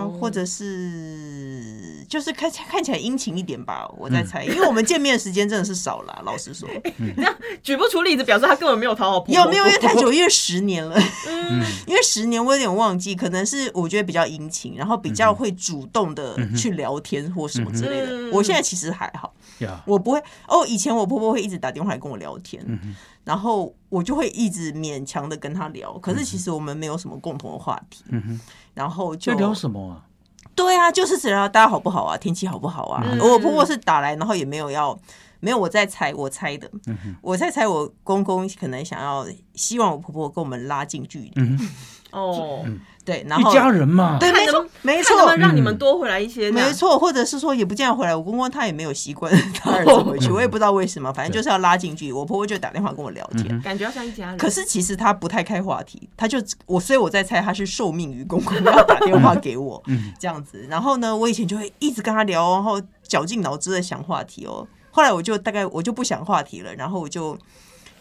S3: 嗯
S1: 或者是就是看起来看起来殷勤一点吧，我在猜，因为我们见面时间真的是少了，啊老实说，
S3: 举不出例子，表示他根本没有讨好婆嗯婆。
S1: 有没有？因为太久，嗯因为十年了， 因为十年我有点忘记，可能是我觉得比较殷勤，然后比较会主动的去聊天或什么之类
S3: 嗯
S1: 的。我现在其实还好，
S2: 呀，
S1: 我不会哦。以前我婆婆会一直打电话来跟我聊天，然后我就会一直勉强的跟她聊，可是其实我们没有什么共同的话题，
S2: 嗯哼，
S1: 然后就
S2: 这聊什么啊？
S1: 对啊，就是只要大家好不好啊，天气好不好啊。
S3: 嗯
S1: 我婆婆是打来，然后也没有要，没有我在猜，我猜的，我在猜，我公公可能想要希望我婆婆跟我们拉近距离，
S3: 哦，
S1: 嗯对，然后
S2: 一家人嘛，
S1: 对，没
S3: 看能
S1: 错，没
S3: 看能不
S1: 错
S3: 能。让你们啊多回来一些？
S1: 没，错，或者是说也不见得回来。我公公他也没有习惯他儿子回去，我也不知道为什么，反正就是要拉近距离。我婆婆就打电话跟我聊天，
S3: 感觉要像一家人。
S1: 可是其实他不太开话题，他就我，所以我在猜他是受命于公公要打电话给 我
S3: 嗯
S1: 这样子。然后呢，我以前就会一直跟他聊，然后绞尽脑汁的想话题哦。后来我就大概我就不想话题了，然后我就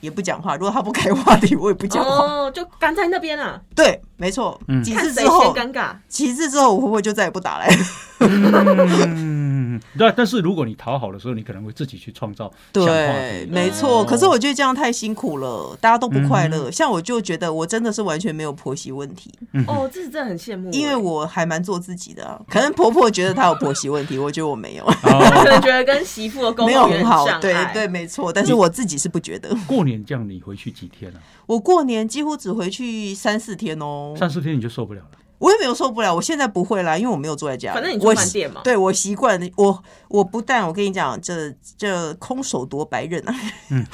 S1: 也不讲话。如果他不开话题，我也不讲话。
S3: 哦，就干在那边啊，
S1: 对，没错。几
S3: 看
S1: 次
S3: 谁
S1: 之
S3: 先
S1: 后，
S3: 尴尬。
S1: 几次之后，我婆婆就再也不打来 了。
S2: 嗯，但但是如果你讨好的时候，你可能会自己去创造想话
S1: 对
S2: 题，
S1: 没错。
S3: 嗯
S2: 哦
S1: 可是我觉得这样太辛苦了，大家都不快乐。像我就觉得我真的是完全没有婆媳问题。
S3: 哦，这是真的很羡慕欸，
S1: 因为我还蛮做自己的啊、可能婆婆觉得她有婆媳问题，我觉得我 没有，
S2: 哦
S3: 可能觉得跟媳妇的沟
S1: 没有
S3: 通有点
S1: 很好
S3: 障碍。，
S1: 对对，，没错。但是我自己是不觉得，
S2: 过年这样你回去几天啊？
S1: 我过年几乎只回去三四天哦，
S2: 三四天你就受不了了。
S1: 我也没有受不了，我现在不会啦，因为我没有住在家，
S3: 反正你住
S1: 我
S3: 饭
S1: 习
S3: 店嘛
S1: 对我习惯，我我不但我跟你讲，这这空手夺白刃啊，
S3: 嗯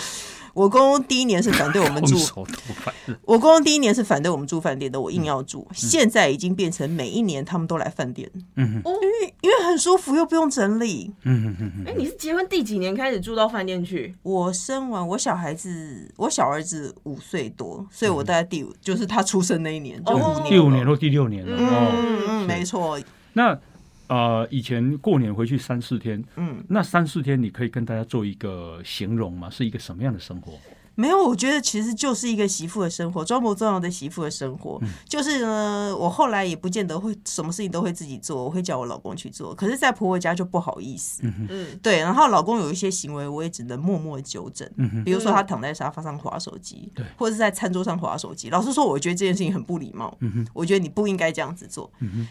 S1: 我公公第一年是反对我们住
S2: 空手夺白刃，
S1: 我公公第一年是反对我们住饭店的，我硬
S3: 嗯
S1: 要住。现在已经变成每一年他们都来饭店，
S2: 嗯
S3: 哼
S1: 因为因为很舒服又不用整理。
S2: 嗯嗯嗯
S3: 哎，你是结婚第几年开始住到饭店去？
S1: 我生完我小孩子，我小儿子五岁多，所以我大概第五，就是他出生那一年，就五
S3: 哦
S1: 年、
S2: 嗯，第五年。或第六年了。哦，
S1: 嗯嗯，
S2: 是
S1: 没错，
S2: 那呃，以前过年回去三四天，
S1: 嗯，
S2: 那三四天你可以跟大家做一个形容吗？是一个什么样的生活？
S1: 没有，我觉得其实就是一个媳妇的生活，装模作样的媳妇的生活。就是呢，我后来也不见得会什么事情都会自己做，我会叫我老公去做。可是，在婆婆家就不好意思，
S3: 嗯，
S1: 对，然后老公有一些行为，我也只能默默纠正。比如说他躺在沙发上划手机，
S2: 嗯对
S1: 或者是在餐桌上划手机。老实说，我觉得这件事情很不礼貌。
S2: 嗯
S1: 我觉得你不应该这样子做。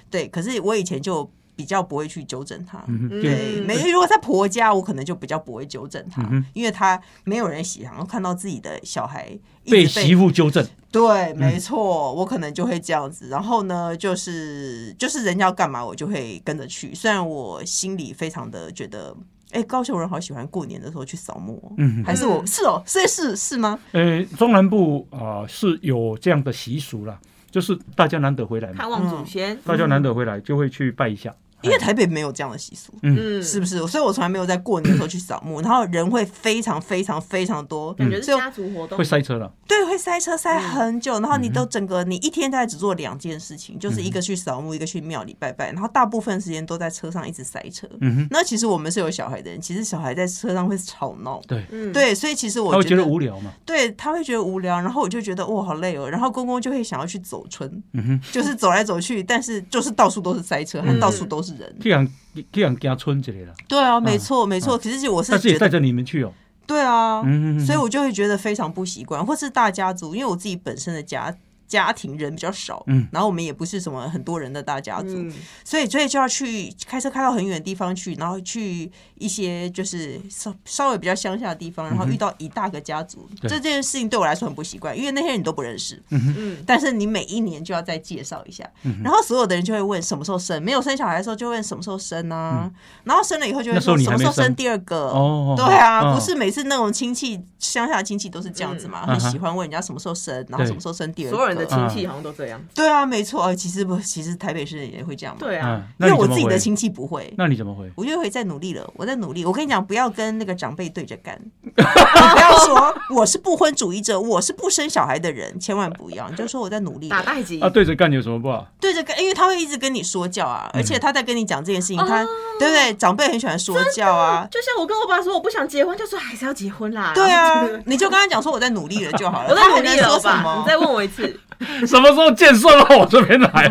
S1: 对，可是我以前就比较不会去纠正他。
S2: 嗯哼，就
S1: 对，没如果在婆家，我可能就比较不会纠正
S2: 嗯
S1: 他，因为他没有人喜欢，然后看到自己的小孩一直
S2: 被媳妇纠正。
S1: 对，没错，我可能就会这样子。然后呢，就是就是人家要干嘛，我就会跟着去。虽然我心里非常的觉得，哎、高雄人好喜欢过年的时候去扫墓、哦，
S2: 嗯
S1: 还是我是哦，所以是是吗？
S2: 呃，中南部啊、是有这样的习俗啦，就是大家难得回来嘛，
S3: 看望祖先。
S1: 嗯
S2: 大家难得回来就会去拜一下。
S1: 因为台北没有这样的习俗，
S3: 嗯，
S1: 是不是？所以我从来没有在过年的时候去扫墓，然后人会非常非常非常多，
S3: 感觉是
S1: 所以
S3: 家嗯族活
S1: 嗯
S3: 动
S2: 会。塞车了，
S1: 对，会塞车塞很久，然后你都整个你一天大概只做两件事情，就是一个去扫墓，一个去庙里拜拜，然后大部分时间都在车上一直塞车。
S2: 哼
S1: 那其实我们是有小孩的人，其实小孩在车上会吵闹。
S2: 对，
S3: 嗯，
S1: 对，所以其实我
S2: 他会觉得无聊嘛，
S1: 对他会觉得无聊，然后我就觉得哇好累哦，然后公公就会想要去走村，
S2: 哼
S1: 就是走来走去，但是就是到处都是塞车，
S3: 嗯
S1: 还到处都是人。
S2: 这样这样给他村之类的，
S1: 对啊，没
S2: 嗯
S1: 错没错，其实我是
S2: 但是也
S1: 觉得
S2: 带着你们去哦，
S1: 对啊，
S2: 嗯嗯嗯
S1: 所以我就会觉得非常不习惯，或是大家族，因为我自己本身的家家庭人比较少，
S2: 嗯
S1: 然后我们也不是什么很多人的大家族，
S3: 嗯，
S1: 所以所以就要去开车开到很远的地方去，然后去一些就是稍稍微比较乡下的地方，然后遇到一大个家族，
S2: 嗯对
S1: 这件事情对我来说很不习惯，因为那些人你都不认识，
S3: 嗯
S1: 但是你每一年就要再介绍一下，
S2: 嗯
S1: 然后所有的人就会问什么时候生，没有生小孩的时候就问什么时候生啊，然后生了以后就会
S2: 嗯那时
S1: 说
S2: 候你
S1: 什么
S2: 还没
S1: 时候生
S2: 生
S1: 第二个
S2: 哦
S1: 对啊，
S2: 哦
S1: 不是每次那种亲戚乡下亲戚都是这样子嘛，
S2: 嗯
S1: 很喜欢问人家什么时候生，然后
S2: 对
S1: 什么时候生第二个，
S3: 所有人的亲戚好像都这样。
S1: 对啊，没错，呃其实不，其实台北市也会这样嘛，
S3: 对啊，
S2: 嗯，
S1: 因
S2: 那
S1: 为
S2: 你
S1: 我
S2: 怎么
S1: 自己的
S2: 回？
S1: 亲戚不会，
S2: 那你怎么回？
S1: 我就会再努力了，我在努力。我跟你讲，不要跟那个长辈对着干，你不要说我是不婚主义者，我是不生小孩的人，千万不要。你就说我在努力了
S3: 打太极
S2: 啊，。对着干有什么不好？
S1: 对着干，因为他会一直跟你说教啊，
S2: 嗯
S1: 而且他在跟你讲这件事情，
S3: 哦
S1: 他对不对？长辈很喜欢说教啊。
S3: 就像我跟我爸说我不想结婚，就说哎还是要结婚啦。
S1: 对啊
S3: 然后，
S1: 你就跟他讲说我在努力了就好了。
S3: 我在
S1: 他
S3: 努
S1: 还
S3: 力
S1: 能
S3: 了
S1: 说
S3: 我
S1: 什
S3: 爸，
S1: 么
S3: 你？再问我一次。
S2: 什么时候建设到我这边来啊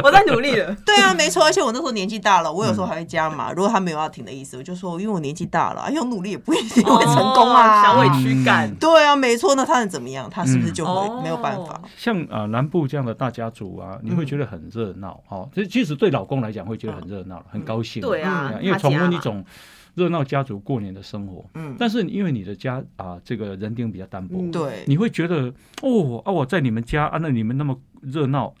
S3: 我在努力了。
S1: 对啊，没错，而且我那时候年纪大了，我有时候还会加码。如果他没有要停的意思，我就说，因为我年纪大了，哎呦，努力也不一定会成功啊。
S3: 哦小委屈感
S2: 嗯。
S1: 对啊，没错，那他能怎么样？他是不是就
S3: 嗯
S1: 会没有办法？
S2: 像啊、呃南部这样的大家族啊，你会觉得很热闹
S1: 嗯
S2: 哦。这即使对老公来讲，会觉得很热闹，很高兴。
S3: 对啊
S2: 嗯因为
S3: 他家
S2: 重温
S3: 嘛
S2: 一种热闹家族过年的生活。
S1: 嗯
S2: 但是因为你的家啊、这个人丁比较单薄，
S3: 嗯
S1: 对，
S2: 你会觉得哦啊，我在你们家啊，那你们那么热闹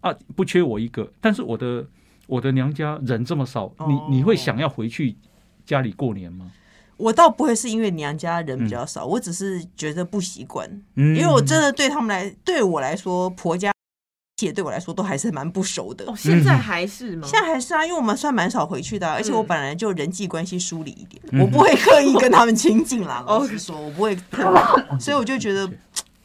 S2: 啊，不缺我一个，但是我的我的娘家人这么少，
S1: 哦
S2: 你你会想要回去家里过年吗？
S1: 我倒不会是因为娘家人比较少，我只是觉得不习惯，
S2: 嗯
S1: 因为我真的对他们来，对我来说，婆家且对我来说都还是蛮不熟的。
S3: 哦，现在还是吗？
S1: 嗯现在还是啊，因为我们算蛮少回去的啊、而且我本来就人际关系疏离一点，
S2: 嗯
S1: 我不会刻意跟他们亲近 啦。
S3: 哦
S1: 老实说，我不会特别，所以我就觉得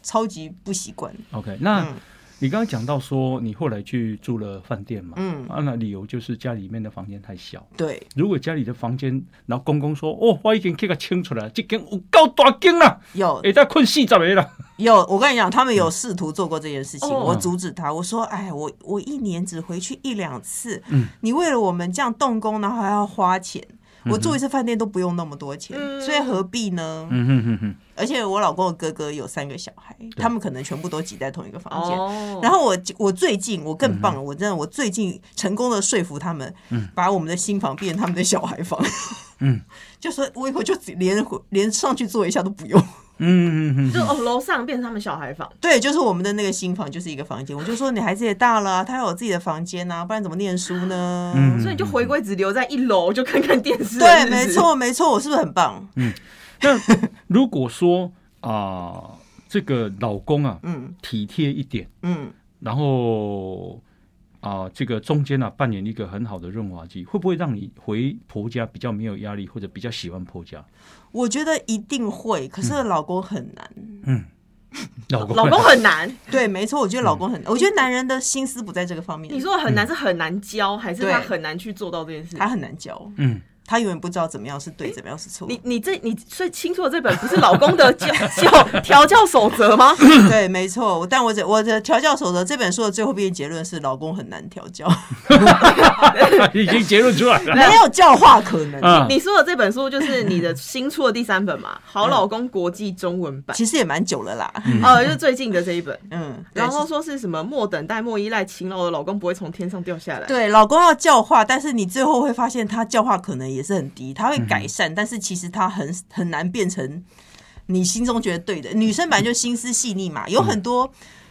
S1: 超级不习惯。
S2: OK，那
S1: 嗯
S2: 你刚刚讲到说你后来去住了饭店嘛，
S1: 嗯，
S2: 啊，那理由就是家里面的房间太小。
S1: 对，
S2: 如果家里的房间，然后公公说：“哦，我已经给它清出来了，这间有够大间啦，
S1: 有
S2: 会再困四十个啦。
S1: 有，我跟你讲，他们
S2: 嗯
S1: 有试图做过这件事情，
S3: 哦
S1: 我阻止他，我说：“哎，我我一年只回去一两次，
S2: 嗯
S1: 你为了我们这样动工，然后还要花钱。”我住一次饭店都不用那么多钱，
S3: 嗯
S1: 所以何必呢？
S2: 嗯哼哼哼，
S1: 而且我老公的哥哥有三个小孩，他们可能全部都挤在同一个房间。
S3: 哦，
S1: 然后我我最近我
S2: 嗯
S1: 更棒了，我真的我最近成功的说服他们，把我们的新房变成他们的小孩房。
S2: 嗯，
S1: 就说我以后就只连回连上去坐一下都不用。
S2: 嗯哼哼
S3: 就
S2: 哼，
S3: 哦，楼上变成他们小孩房。
S1: 对，就是我们的那个新房就是一个房间。我就说你孩子也大了啊、他要有自己的房间啊，不然怎么念书呢？
S2: 嗯
S3: 所以你就回归只留在一楼，就看看电视。
S1: 对，没。错，没错，我啊是不是很棒？
S2: 如果说啊、这个老公啊
S1: 嗯
S2: 体贴一点，
S1: 嗯，
S2: 然后啊、这个中间啊扮演一个很好的润滑剂，会不会让你回婆家比较没有压力，或者比较喜欢婆家？
S1: 我觉得一定会，可是老公很难。
S2: 老公，
S3: 老公很难，
S1: 对，没错，我觉得老公很，我觉得男人的心思不在这个方面，
S3: 你说的很
S2: 嗯
S3: 难是很难教，还是他
S1: 对
S3: 很难去做到这件事？
S1: 他很难教，
S2: 嗯，
S1: 他永远不知道怎么样是对，怎么样是错。
S3: 你你这你最清楚的这本不是老公的教 教调教守 则吗？
S1: 对，没错。但我的我的调教守则这本书的最后边结论是，老公很难调教，
S2: 啊已经结论出来 了。
S1: 没有教化可能。
S2: 啊，
S3: 你说的这本书就是你的新出的第三本嘛，《好老公国际中文版》
S1: 其实也蛮久了啦，
S2: 嗯
S3: 哦，就是最近的这一本。
S1: 嗯，对
S3: 然后说是什么莫等待、莫依赖、勤劳的老公不会从天上掉下来。
S1: 对，老公要教化，但是你最后会发现他教化可能也是很低，他会改善，
S3: 嗯
S1: 但是其实他很很难变成你心中觉得对的。女生本来就心思细腻嘛，有很多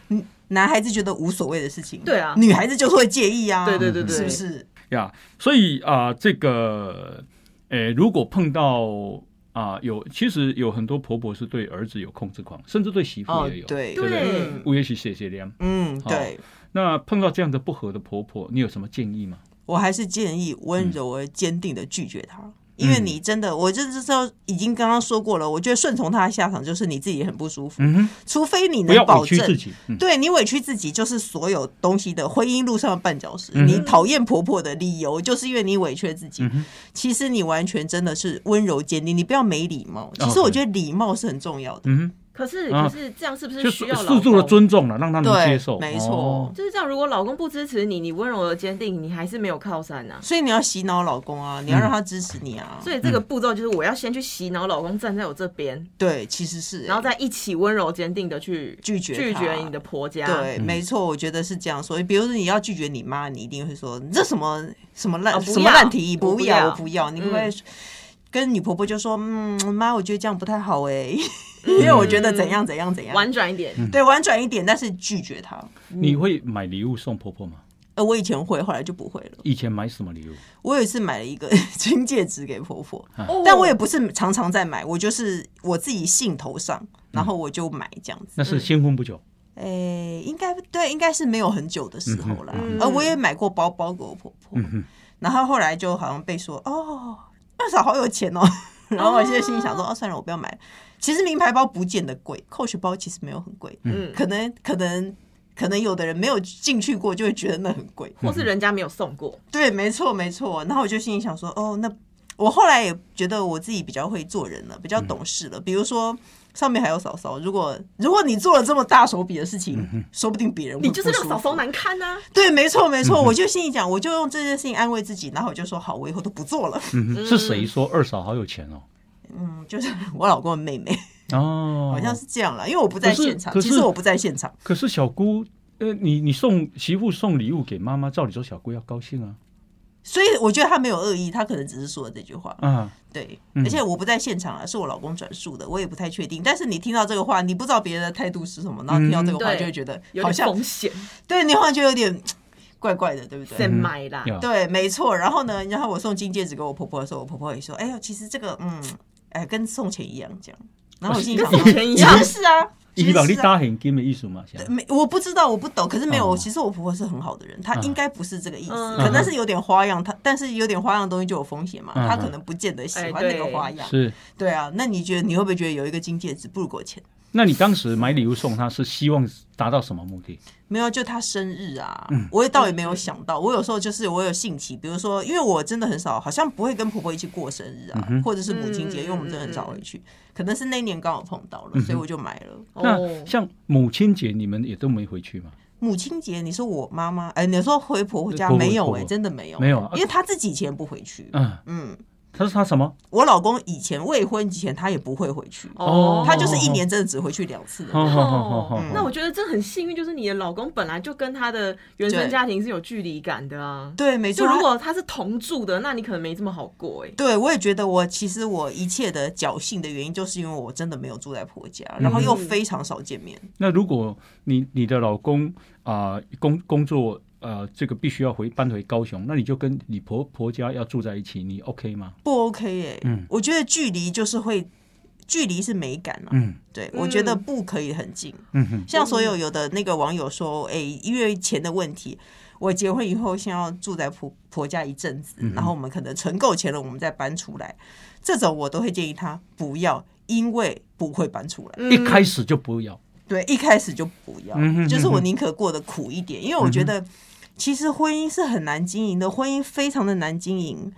S1: 嗯男孩子觉得无所谓的事情，
S3: 对啊
S1: 女孩子就是会介意啊，
S3: 对对对对，
S1: 是不是？
S2: 呀所以啊、这个，呃，如果碰到啊、有其实有很多婆婆是对儿子有控制狂，甚至对媳妇
S1: 哦
S2: 也有，，
S1: 对
S2: 对不
S3: 对
S2: 我也许谢谢良。
S1: 嗯，
S2: 好
S1: 对。
S2: 那碰到这样的不和的婆婆，你有什么建议吗？
S1: 我还是建议温柔而坚定的拒绝他。因
S3: 嗯
S1: 为你真的，我这这时候已经刚刚说过了，我觉得顺从他的下场就是你自己也很不舒服，
S2: 嗯哼，
S1: 除非你
S2: 不
S1: 能
S2: 要
S1: 保
S2: 委屈
S1: 证
S2: 自己。嗯
S1: 对你委屈自己，就是所有东西的婚姻路上的绊脚石。
S2: 嗯
S1: 你讨厌婆婆的理由，就是因为你委屈了自己。
S2: 嗯哼
S1: 其实你完全真的是温柔坚定，你不要没礼貌。其实
S2: OK
S1: 我觉得礼貌是很重要的。
S2: 哦嗯
S3: 可是
S2: 啊
S3: 可是这样是不
S2: 哼，
S3: 是
S2: 就
S3: 需要
S2: 适
S3: 老
S2: 度的
S3: 公？
S2: 尊重了，让他能
S1: 对
S2: 接受。
S1: 没错
S2: 哦
S3: 就是这样，如果老公不支持你，你温柔的坚定，你还是没有靠山啊呐、
S1: 所以你要洗脑老公啊，你
S2: 嗯
S1: 要让他支持你啊。
S3: 所以这个步骤就是我要先去洗脑老公站在我这边，
S1: 对，其实是、欸
S3: 然后再一起温柔坚定的去
S1: 拒绝
S3: 拒
S1: 他
S3: 绝你的婆家。
S1: 对，没错，我觉得是这样说。比如说你要拒绝你妈，你一定会说你这什么什么烂、
S3: 啊不
S1: 什么烂
S3: 要
S1: 提议，
S3: 我
S1: 不
S3: 不
S1: 要，
S3: 要
S1: 我不要。你会不
S3: 嗯
S1: 会跟你婆婆就说，嗯，妈，我觉得这样不太好哎、
S3: 嗯
S1: 因为我觉得怎样怎样怎样，
S3: 婉转一点，
S2: 嗯
S1: 对婉转一点，但是拒绝她。
S2: 你会买礼物送婆婆吗？
S1: 呃，我以前会，后来就不会了。
S2: 以前买什么礼物？
S1: 我有一次买了一个 金戒指给婆婆，
S3: 哦
S1: 但我也不是常常在买，我就是我自己兴头上，然后我就买这样子。
S2: 那是新婚不久。
S1: 诶、应该对，应该是没有很久的时候啦。
S3: 嗯
S1: 呃，我也买过包包给我婆婆，然后后来就好像被说哦，二嫂好有钱哦。 然后我现在心里想说，哦、算了，我不要买了。其实名牌包不见得贵，Coach 包其实没有很贵，
S3: 嗯
S1: 可能可能可能有的人没有进去过，
S3: 嗯
S1: 就会觉得那很贵。
S3: 或是人家没有送过，
S1: 对，没错没错。然后我就心里想说，哦，那我后来也觉得我自己比较会做人了，比较懂事
S2: 嗯
S1: 了。比如说上面还有嫂嫂，如果如果你做了这么大手笔的事
S2: 嗯
S1: 情，说不定别人会
S3: 你就是
S1: 不
S3: 让
S1: 舒
S3: 嫂
S1: 服
S3: 嫂难堪呐、啊。
S1: 对，没错没
S2: 嗯
S1: 错，我就心里讲，我就用这件事情安慰自己，然后我就说好，我以后都不做了。
S2: 嗯哼，是谁说二嫂好有钱哦？
S1: 嗯，就是我老公的妹妹，嗯
S2: 哦，
S1: 好像是这样了，因为我不在
S2: 可是
S1: 现场，
S2: 可
S1: 其
S2: 是
S1: 实我不在现场，
S2: 可是小姑，呃，你你送媳妇送礼物给妈妈，照理说小姑要高兴啊
S1: 所以我觉得他没有恶意，他可能只是说了这句话。
S2: 啊，
S1: 对，
S2: 嗯
S1: 而且我不在现场啊，是我老公转述的，我也不太确定。但是你听到这个话，你不知道别人的态度是什么，然后听到这个话
S3: 嗯
S1: 就会觉得
S3: 有
S1: 好
S3: 点
S1: 像
S3: 风险，
S1: 对你好像就有点怪怪的，对不
S3: 再
S1: 对？
S3: 买啦。
S2: 要
S1: 对，没错。然后呢，然后我送金戒指给我婆婆的时候，我婆婆也说：“哎呀，其实这个嗯，哎，跟送钱一样这 样。”然后我心里想说，
S3: 跟送钱一样
S1: 其实是啊，其
S2: 伊
S1: 实
S2: 朗利
S1: 是啊。
S2: 搭很金的艺术嘛，想
S1: 没，我不知道，我不懂。可是没有，
S2: 哦
S1: 其实我婆婆是很好的人，她应该不是这个意思，
S3: 嗯
S1: 可能是有点花样。她但是有点花样的东西就有风险嘛，
S2: 嗯
S1: 她可能不见得喜欢
S3: 哎对
S1: 那个花样。
S2: 是。
S1: 对啊，那你觉得你会不会觉得有一个金戒指不如给我钱？
S2: 那你当时买礼物送她是希望达到什么目的？
S1: 没有，就他生日啊，
S2: 嗯
S1: 我也倒也没有想到。我有时候就是我有兴起，比如说，因为我真的很少，好像不会跟婆婆一起过生日啊，或者是母亲节，
S3: 嗯
S1: 因为我们真的很少回去。可能是那年刚好碰到
S2: 嗯
S1: 了，所以我就买了。
S3: 哦
S2: 那像母亲节你们也都没回去嘛？
S1: 母亲节，你说我妈妈，哎，你说回婆婆家
S2: 婆婆
S1: 没有
S2: 婆
S1: 哎、
S2: 婆
S1: 真的没有，
S2: 没有啊
S1: 因为她自己以前不回去。
S2: 嗯，
S1: 嗯，
S2: 她说她什么？
S1: 我老公以前未婚以前他也不会回去，
S2: 哦
S1: 他就是一年真的只回去两次的人。
S2: 好好好好
S3: 那
S2: 好，
S3: 我觉得这很幸运，就是你的老公本来就跟他的原生
S1: 对
S3: 家庭是有距离感的啊。
S1: 对，没
S3: 就
S1: 错。
S3: 如
S1: 他
S3: 果他是同住的，那你可能没这么好过哎、
S1: 对，我也觉得我其实我一切的侥幸的原因，就是因为我真的没有住在婆家，然后
S2: 嗯
S1: 又非常少见面。
S2: 那如果你你的老公啊、工工作呃这个必须要回搬回高雄，那你就跟你婆婆家要住在一起，你 OK 吗？
S1: 不 OK 哎、
S2: 嗯
S1: 我觉得距离就是会，距离是美感啊。
S2: 嗯
S1: 对，我觉得不可以很近。
S2: 嗯哼
S1: 像所有有的那个网友说，哎、因为钱的问题，我结婚以后先要住在婆婆家一阵子，
S2: 嗯
S1: 然后我们可能存够钱了，我们再搬出来。这种我都会建议他不要，因为不会搬出来。
S2: 一开始就不要。
S1: 对，一开始就不要，
S2: 嗯哼嗯嗯哼
S1: 就是我宁可过得苦一点，因为我觉得其实婚姻是很难经营的，婚姻非常的难经营。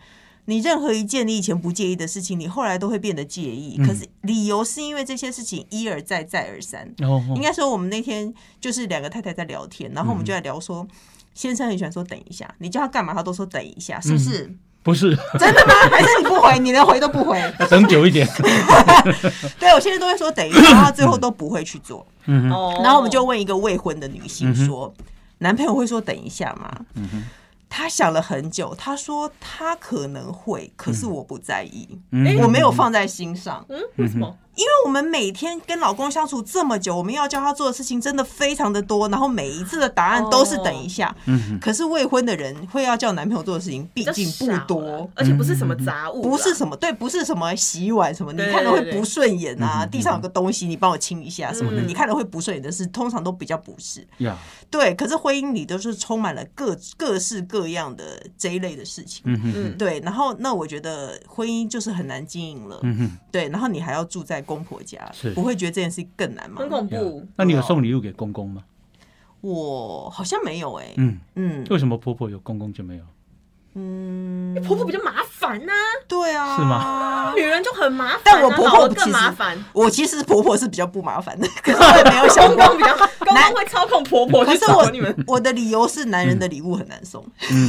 S1: 你任何一件你以前不介意的事情，你后来都会变得介意。可
S2: 嗯
S1: 是理由是因为这些事情一而再再而三。
S2: 哦，嗯
S1: 应该说我们那天就是两个太太在聊天，然后我们就在聊说，先生很喜欢说等一下，你叫他干嘛他都说等一下，是
S2: 嗯
S1: 不是？
S2: 不是，
S1: 真的吗？还是你不回，你连回都不回？
S2: 等久一点。
S1: 对我现在都会说等一下，然后最后都不会去做。
S3: 哦嗯
S1: 然后我们就问一个未婚的女性说：“男朋友会说等一下吗？”她想了很久，她说她可能会，可是我不在意，
S2: 嗯
S1: 哎我没有放在心上，因
S3: 嗯，为什么？
S1: 为我们每天跟老公相处这么久，我们要教他做的事情真的非常的多，然后每一次的答案都是等一下。
S2: 嗯
S1: 可是未婚的人会要叫男朋友做的事情，毕
S3: 哦嗯比
S1: 竟
S3: 较
S1: 不
S3: 少啦
S1: 多。
S3: 而且不是
S2: 嗯
S3: 什么杂物啦，
S1: 不是什么对，不是什么洗碗什么，你
S3: 对
S1: 看了会
S3: 对嗯对
S1: 不顺眼啊，地上有个东西，你帮我清一下什么的，
S3: 嗯
S1: 你看了会不顺眼的事，通常都比较不是。
S2: 嗯呀，
S1: 对，可是婚姻里都是充满了各各式各样的这一类的事情。
S2: 嗯哼，
S3: 嗯，
S1: 对，然后那我觉得婚姻就是很难经营了。
S2: 嗯哼，
S1: 对，然后你还要住在公婆家
S2: 是，
S1: 不会觉得这件事更难吗
S3: 很？恐怖
S1: 哦
S2: 呀。那你有送礼物给公公吗？
S1: 我好像没有哎、
S2: 嗯，
S1: 嗯
S2: 为什么婆婆有，公公就没有？
S1: 嗯，
S3: 因为婆婆比较麻烦呐、
S1: 对啊，
S2: 是
S1: 吗？
S3: 女人就很麻烦、啊，
S1: 但我婆
S3: 老
S1: 婆
S3: 了
S1: 其
S3: 更
S1: 实
S3: 麻烦。
S1: 我其实婆婆是比较不麻烦的，可是我也没有想
S3: 公
S1: 过
S3: 公。比较，公公会操控婆婆
S1: 可
S3: 去
S1: 是
S3: 找
S1: 我
S3: 你们。
S1: 我的理由是男
S2: 嗯
S1: 人的礼物很难送，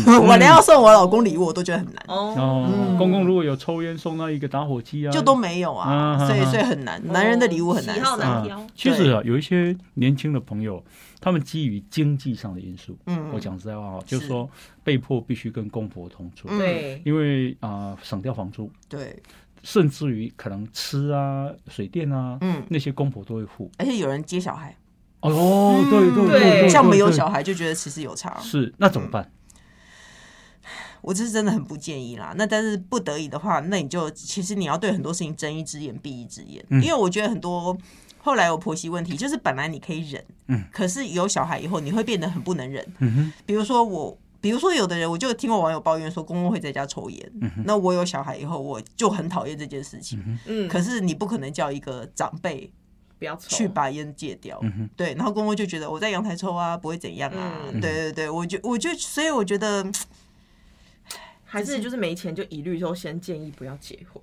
S1: 我连要送我老公礼物我都觉得很难。
S3: 哦，
S2: 哦，公公如果有抽烟，送到一个打火机啊，
S1: 就都没有啊，
S2: 嗯
S1: 所以
S2: 嗯嗯
S1: 所以很难，男人的礼物很难
S3: 哦喜好
S1: 送。
S3: 难
S2: 啊
S3: 挑。
S2: 其实啊，有一些年轻的朋友，他们基于经济上的因素，
S1: 嗯
S2: 我讲实在话啊，就是
S1: 是
S2: 说被迫必须跟公婆同住，
S1: 嗯
S3: 对，
S2: 因为啊、省掉房租，
S1: 对，
S2: 甚至于可能吃啊、水电啊。
S1: 嗯，
S2: 那些公婆都会付
S1: 而且有人接小孩，
S2: 哦，对对
S3: 对
S2: 对，
S1: 像没有
S2: 对
S1: 小孩就觉得其实有差，
S2: 是那怎么办？
S1: 我这是真的很不建议啦。那但是不得已的话，那你就其实你要对很多事情睁一只眼闭一只眼，
S2: 嗯
S1: 因为我觉得很多后来有婆媳问题，就是本来你可以忍，
S2: 嗯，
S1: 可是有小孩以后你会变得很不能忍。
S2: 嗯哼，
S1: 比如说我，比如说有的人，我就听过网友抱怨说公公会在家抽烟，
S2: 嗯
S1: 那我有小孩以后，我就很讨厌这件事情。
S3: 嗯，
S1: 可是你不可能叫一个长辈
S3: 不要抽，
S1: 去把烟戒掉。
S2: 嗯哼
S1: 对，然后公公就觉得我在阳台抽啊，不会怎样啊。
S3: 嗯
S1: 对对对，我就我就所以我觉得。唉
S3: 还是就是没钱就一律都先建议不要结婚，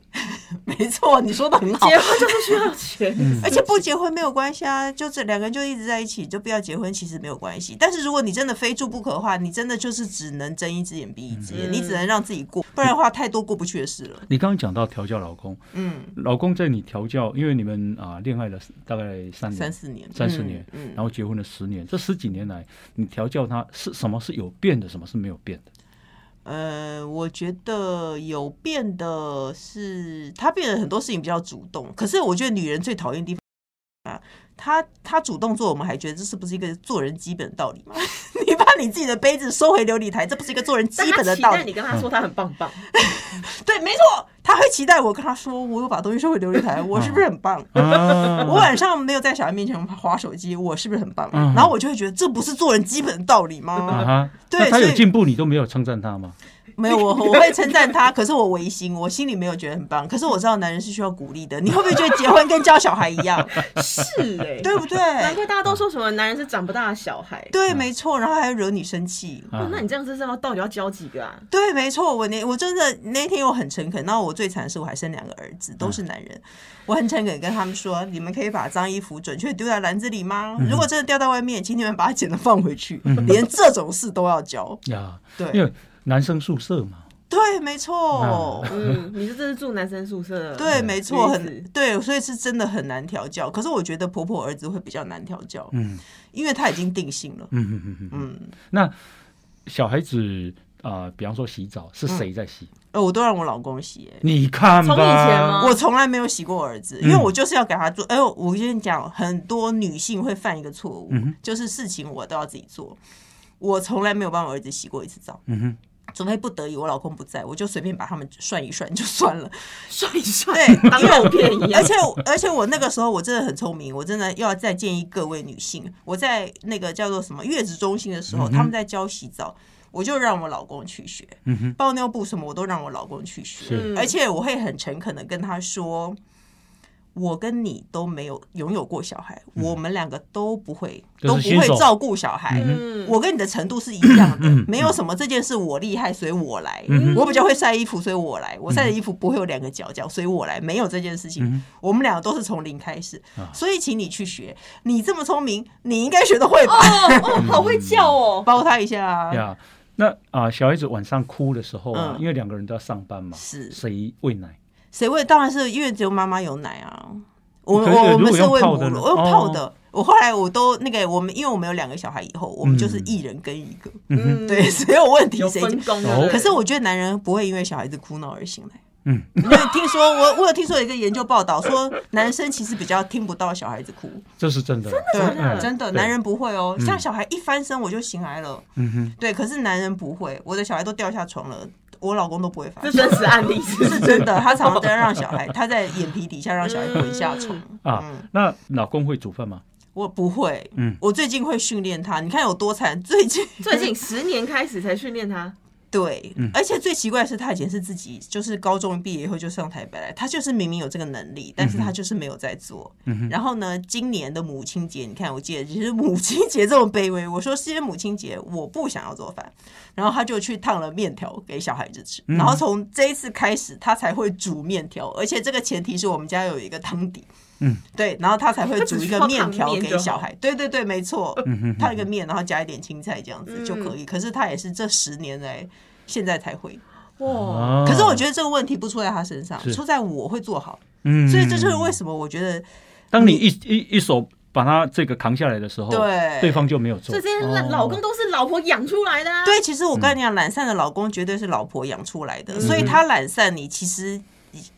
S1: 没错，你说的很好嗯
S3: 结。婚就是需要钱，
S1: 而且不结婚没有关系啊，就这两个人就一直在一起，就不要结婚，其实没有关系。但是如果你真的非住不可的话，你真的就是只能睁一只眼闭一只眼，
S3: 嗯
S1: 你只能让自己过，不然的话太多过不去的事了。
S2: 你刚刚讲到调教老公，
S1: 嗯，
S2: 老公在你调教，因为你们啊恋爱了大概三年、
S1: 三四年，
S2: 三四年，
S1: 嗯，
S2: 然后结婚了十年，这十几年来，你调教他是什么是有变的，什么是没有变的？
S1: 嗯呃，我觉得有变的是，她变得很多事情比较主动。可是我觉得女人最讨厌的地方。啊，她她主动做，我们还觉得这是不是一个做人基本的道理吗？ 你把你自己的杯子收回琉璃台，这不是一个做人基
S3: 但他
S1: 本的
S3: 期
S1: 道理嗯
S3: 待？你跟他说他很棒 棒，
S1: 对，没错，他会期待我跟他说，我有把东西收回琉璃台，我是不是很棒？
S2: 啊，
S1: 我晚上没有在小孩面前划手机，我是不是很棒？
S2: 嗯
S1: 然后我就会觉得这不是做人基本的道理
S2: 啊
S1: 吗？
S2: 哈，
S1: 对
S2: 那他有
S1: 所以
S2: 进步，你都没有称赞他吗？
S1: 没有，我我会称赞他，可是我违心，我心里没有觉得很棒。可是我知道男人是需要鼓励的，你会不会觉得结婚跟教小孩一样，
S3: 是哎、
S1: 欸对不对？
S3: 难怪大家都说什么男人是长不大的小孩。
S1: 对，没错，然后还惹你生气，
S2: 啊
S3: 哦，，那你这样子是要到底要教几个啊？
S1: 对，没错，我那我真的那天我很诚恳，那我最惨的是我还生两个儿子，都
S2: 嗯
S1: 是男人，我很诚恳跟他们说，你们可以把脏衣服准确丢在篮子里
S2: 嗯
S1: 吗？如果真的掉到外面，请你们把它捡了放回去，连这种事都要教。
S2: 呀，嗯因
S1: 对
S2: 为男生宿舍嘛，
S1: 对，没错。
S3: 嗯，你是这是住男生宿舍的，嗯
S1: 对，没错，
S3: 女
S1: 很
S3: 子
S1: 对，所以是真的很难调教。可是我觉得婆婆儿子会比较难调教，
S2: 嗯
S1: 因为他已经定性了。
S2: 嗯嗯嗯嗯，
S1: 嗯，
S2: 那小孩子啊、比方说洗澡是谁在洗？
S1: 呃，我都让我老公洗、欸
S2: 你看吧，
S3: 从以前吗
S1: 我从来没有洗过儿子，因
S3: 嗯
S1: 为我就是要给他做。哎、呦，我跟你讲，很多女性会犯一个错
S3: 嗯
S1: 误，就是事情我都要自己做。我从来没有帮我儿子洗过一次澡，
S2: 嗯哼，
S1: 除非不得已我老公不在，我就随便把他们涮一涮就算了。
S3: 算一算，
S1: 对，
S3: 当
S1: 因为
S3: 肉片一样
S1: 而。且我而且我那个时候我真的很聪明，我真的要再建议各位女性，我在那个叫做什么月子中心的时候，他们在教洗澡，我就让我老公去学，
S2: 嗯
S1: 包尿布什么我都让我老公去学，
S2: 是
S3: 嗯
S1: 而且我会很诚恳的跟他说。我跟你都没有拥有过小孩，我们两个都不会，
S2: 嗯都
S1: 都
S2: 是
S1: 不
S2: 新
S1: 会
S2: 手嗯
S1: 照顾小孩。
S3: 嗯
S1: 我跟你的程度是一样的，没有什么这件事我厉害，所以我来。我比较会晒衣服，所以我来。我晒的衣服不会有两个角角，所以我来。没有这件事
S2: 嗯
S1: 情，我们俩都是从零开始，
S2: 啊
S1: 所以请你去学。你这么聪明，你应该学得会吧？
S3: 哦哦，好会叫哦。
S1: 包他一下啊！
S2: 啊呀，那啊、小孩子晚上哭的时候啊，
S1: 嗯
S2: 因为两个人都要上班嘛，
S1: 是
S2: 谁喂奶？
S1: 谁喂？当然是因为只有妈妈有奶啊。我
S2: 可是
S1: 我我
S2: 如
S1: 们
S2: 果
S1: 是
S2: 用
S1: 喂
S2: 泡
S1: 母
S2: 的
S1: 乳，
S2: 呢
S1: 我用泡
S2: 哦
S1: 的。我后来我都那个，我们因为我们有两个小孩，以后我们就是一人跟一个，
S3: 嗯，
S1: 对， 所有问题
S3: 有
S1: 谁
S3: 分工
S2: 哦
S3: 的。
S1: 可是我觉得男人不会因为小孩子哭闹而醒来。
S2: 嗯，
S1: 因为听说我我有听说有一个研究报道说，男生其实比较听不到小孩子哭，
S2: 这是真的，
S1: 对，
S3: 真的
S1: 嗯真的，
S2: 对
S1: 男人不会哦，像小孩一翻身我就醒来了，
S2: 嗯哼，
S1: 对，可是男人不会，我的小孩都掉下床了，我老公都不会发
S3: 这
S1: 现，
S3: 真实案例是不
S1: 是
S3: 是
S1: 真的，他常常都要让小孩，他在眼皮底下让小孩滚下床，
S2: 啊，那老公会煮饭吗？
S1: 我不会，
S2: 嗯
S1: 我最近会训练他，你看有多惨，最近
S3: 最近十年开始才训练他，
S1: 对，而且最奇怪的是，他以前是自己，就是高中毕业以后就上台北来，他就是明明有这个能力，但是他就是没有在做。
S2: 嗯
S1: 然后呢，今年的母亲节，你看我记得，其实母亲节这么卑微，我说是因为母亲节我不想要做饭，然后他就去烫了面条给小孩子吃，
S2: 嗯
S1: 然后从这一次开始，他才会煮面条，而且这个前提是我们家有一个汤底。
S2: 嗯，
S1: 对，然后他才会
S3: 他只
S1: 煮一
S3: 需
S1: 个
S3: 要
S1: 面
S3: 烫
S1: 条
S3: 面
S1: 给
S3: 就
S1: 小
S3: 好
S1: 孩，对对对，没错，
S2: 嗯
S1: 烫一个面，然后加一点青菜这样子就可以。可是他也是这十年来现在才会。
S3: 哇，
S2: 啊，
S1: 可是我觉得这个问题不出在他身上，
S2: 是
S1: 出在我会做好，
S2: 得
S1: 所以这就是为什么我觉得
S2: 嗯当你一一一手把他这个扛下来的时候，
S1: 对
S2: 对方就没有做。
S3: 所以这些
S2: 哦
S3: 老公都是老婆养出来的啊。
S1: 对。其实我跟你讲，懒散的老公绝对是老婆养出来的，所以他懒散，你其实。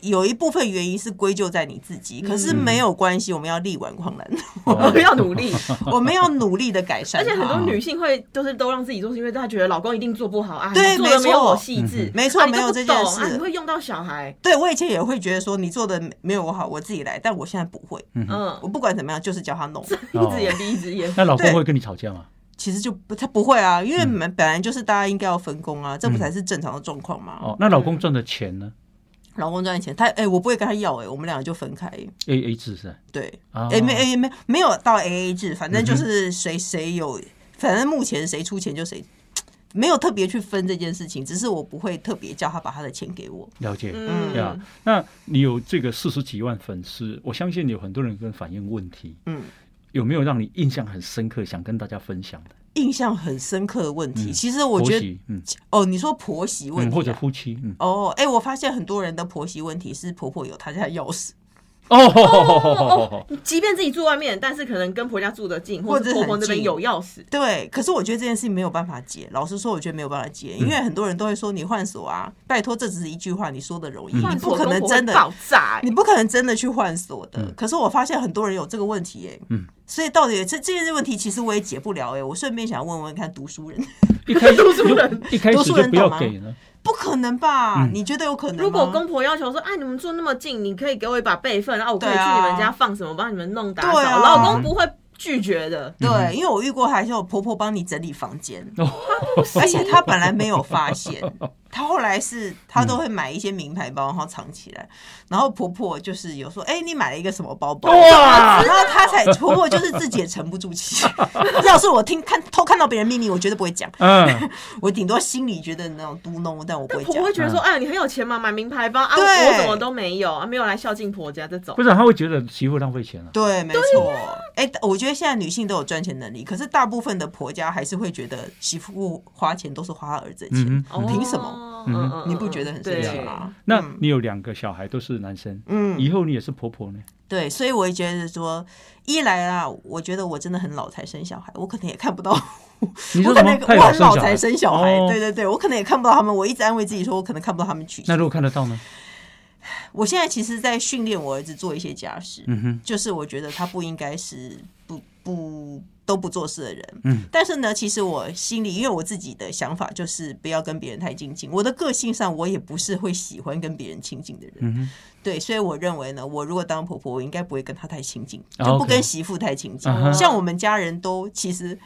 S1: 有一部分原因是归咎在你自己，可是没有关系，我们要力挽狂澜，
S2: 哦
S3: 我们要努力，
S1: 我们要努力的改善
S3: 而
S1: 它。
S3: 且很多女性会就是都让自己做，是因为她觉得老公一定做不好啊，
S1: 对
S3: 你做的没有
S1: 没错嗯
S3: 我细致，
S1: 没错
S3: 啊你都
S1: 没有
S3: 不
S1: 这件
S3: 懂
S1: 事
S3: 啊，你会用到小孩，
S1: 对我以前也会觉得说你做的没有我好，我自己来，但我现在不会，
S3: 嗯
S1: 我，不管怎么样就是教他弄。
S3: 一只眼闭一只眼，
S2: 那老公
S1: 对
S2: 会跟你吵架吗？
S1: 其实就不他不会啊，因为本本来就是大家应该要分工啊，这不才是正常的状况嘛。
S2: 哦，那老公赚的钱呢
S1: 老公赚钱，他哎、我不会跟他要哎、我们两个就分开。
S2: ？A A 制是吧
S1: 对，
S2: 啊
S1: 哎、没哎、没
S2: 嗯
S1: 没有到 A A 制，反正就是谁谁有，反正目前谁出钱就谁。没有特别去分这件事情，只是我不会特别叫他把他的钱给我。
S2: 了解，
S3: 嗯
S2: 对啊。那你有这个四十几万粉丝，我相信有很多人跟反映问题，
S1: 嗯，
S2: 有没有让你印象很深刻，想跟大家分享的？
S1: 印象很深刻的问题，
S2: 嗯
S1: 其实我觉
S2: 婆
S1: 得
S2: 媳嗯
S1: 哦，你说婆媳问
S2: 嗯，
S1: 题啊、
S2: 或者夫妻，嗯，
S1: 哦，哎、我发现很多人的婆媳问题是婆婆有她家的钥匙，
S2: 哦吼吼吼吼吼
S3: 哦
S2: 吼，
S3: 哦，即便自己住外面，但是可能跟婆家住得近，
S1: 或
S3: 或
S1: 者
S3: 者婆婆那
S1: 很近
S3: 边有钥匙，
S1: 对，可是我觉得这件事情没有办法解。老实说，我觉得没有办法解，
S2: 嗯
S1: 因为很多人都会说你换锁啊，拜托，这只是一句话，你说的
S2: 嗯
S1: 容易，
S3: 换
S1: 你嗯不
S3: 锁
S1: 可
S3: 跟
S1: 能
S3: 婆
S1: 真
S3: 会
S1: 的，
S3: 爆炸欸，
S1: 你不可能真的去换锁的。
S2: 嗯
S1: 可是我发现很多人有这个问题、耶，
S2: 嗯，
S1: 所以到底这这些问题，其实我也解不了、耶。我顺便想问问看，读书人
S2: 一开始
S3: 多数人
S2: 就一开始就不要给呢，
S1: 不可能吧？
S2: 嗯
S1: 你觉得有可能吗？
S3: 如果公婆要求说，哎，你们住那么近，你可以给我一把备份，然后我可以
S1: 对
S3: 去
S1: 啊
S3: 你们家放什么，帮你们弄打
S1: 对
S3: 扫，
S1: 啊嗯
S3: 老公不会拒绝的。
S1: 对，因为我遇过，还是有婆婆帮你整理房间，
S2: 哦
S3: 不行
S1: 而且她本来没有发现，她后来是她都会买一些名牌包，然后藏起来，然后婆婆就是有说，哎、你买了一个什么包包？
S2: 哇
S1: 然后她才婆婆就是自己也沉不住气。 要是我听看偷看到别人秘密，我绝对不会讲，
S2: 嗯，
S1: 我顶多心里觉得那种嘟哝，但我不
S3: 但
S1: 会
S3: 婆
S1: 讲
S3: 婆。会觉得说，哎，你很有钱嘛，买名牌包啊，我
S1: 嗯对
S3: 我怎么都没有啊，没有来孝敬婆家这种
S2: 不。然他会觉得媳妇浪费钱了。
S1: 对，没错。哎、我觉得现在女性都有赚钱能力，可是大部分的婆家还是会觉得媳妇花钱都是花她儿子的钱，
S2: 嗯
S3: 哦
S1: 凭什么？
S2: 嗯
S1: 你不觉得很生
S3: 对
S1: 气吗？
S2: 那
S1: 嗯
S2: 你有两个小孩都是男生，
S1: 嗯，
S2: 以后你也是婆婆呢？
S1: 对，所以我也觉得说，一来啊，我觉得我真的很老才生小孩，我可能也看不到，
S2: 你
S1: 我
S2: 说
S1: 可
S2: 什么
S1: 能？
S2: 太
S1: 我很
S2: 生
S1: 老
S2: 小
S1: 才
S2: 孩？
S1: 生小孩，
S2: 哦
S1: 对对对，我可能也看不到他们，我一直安慰自己说，我可能看不到他们娶
S2: 那
S1: 亲。
S2: 如果看得到呢？
S1: 我现在其实，在训练我儿子做一些家事，
S2: 嗯哼，
S1: 就是我觉得他不应该是不不都不做事的人。
S2: 嗯，
S1: 但是呢，其实我心里，因为我自己的想法就是不要跟别人太亲近。我的个性上，我也不是会喜欢跟别人亲近的人。
S2: 嗯哼，
S1: 对，所以我认为呢，我如果当婆婆，我应该不会跟她太亲近，
S2: 啊
S1: 就不
S2: OK
S1: 跟媳妇太亲近。
S2: 啊哈
S1: 像我们家人都，其实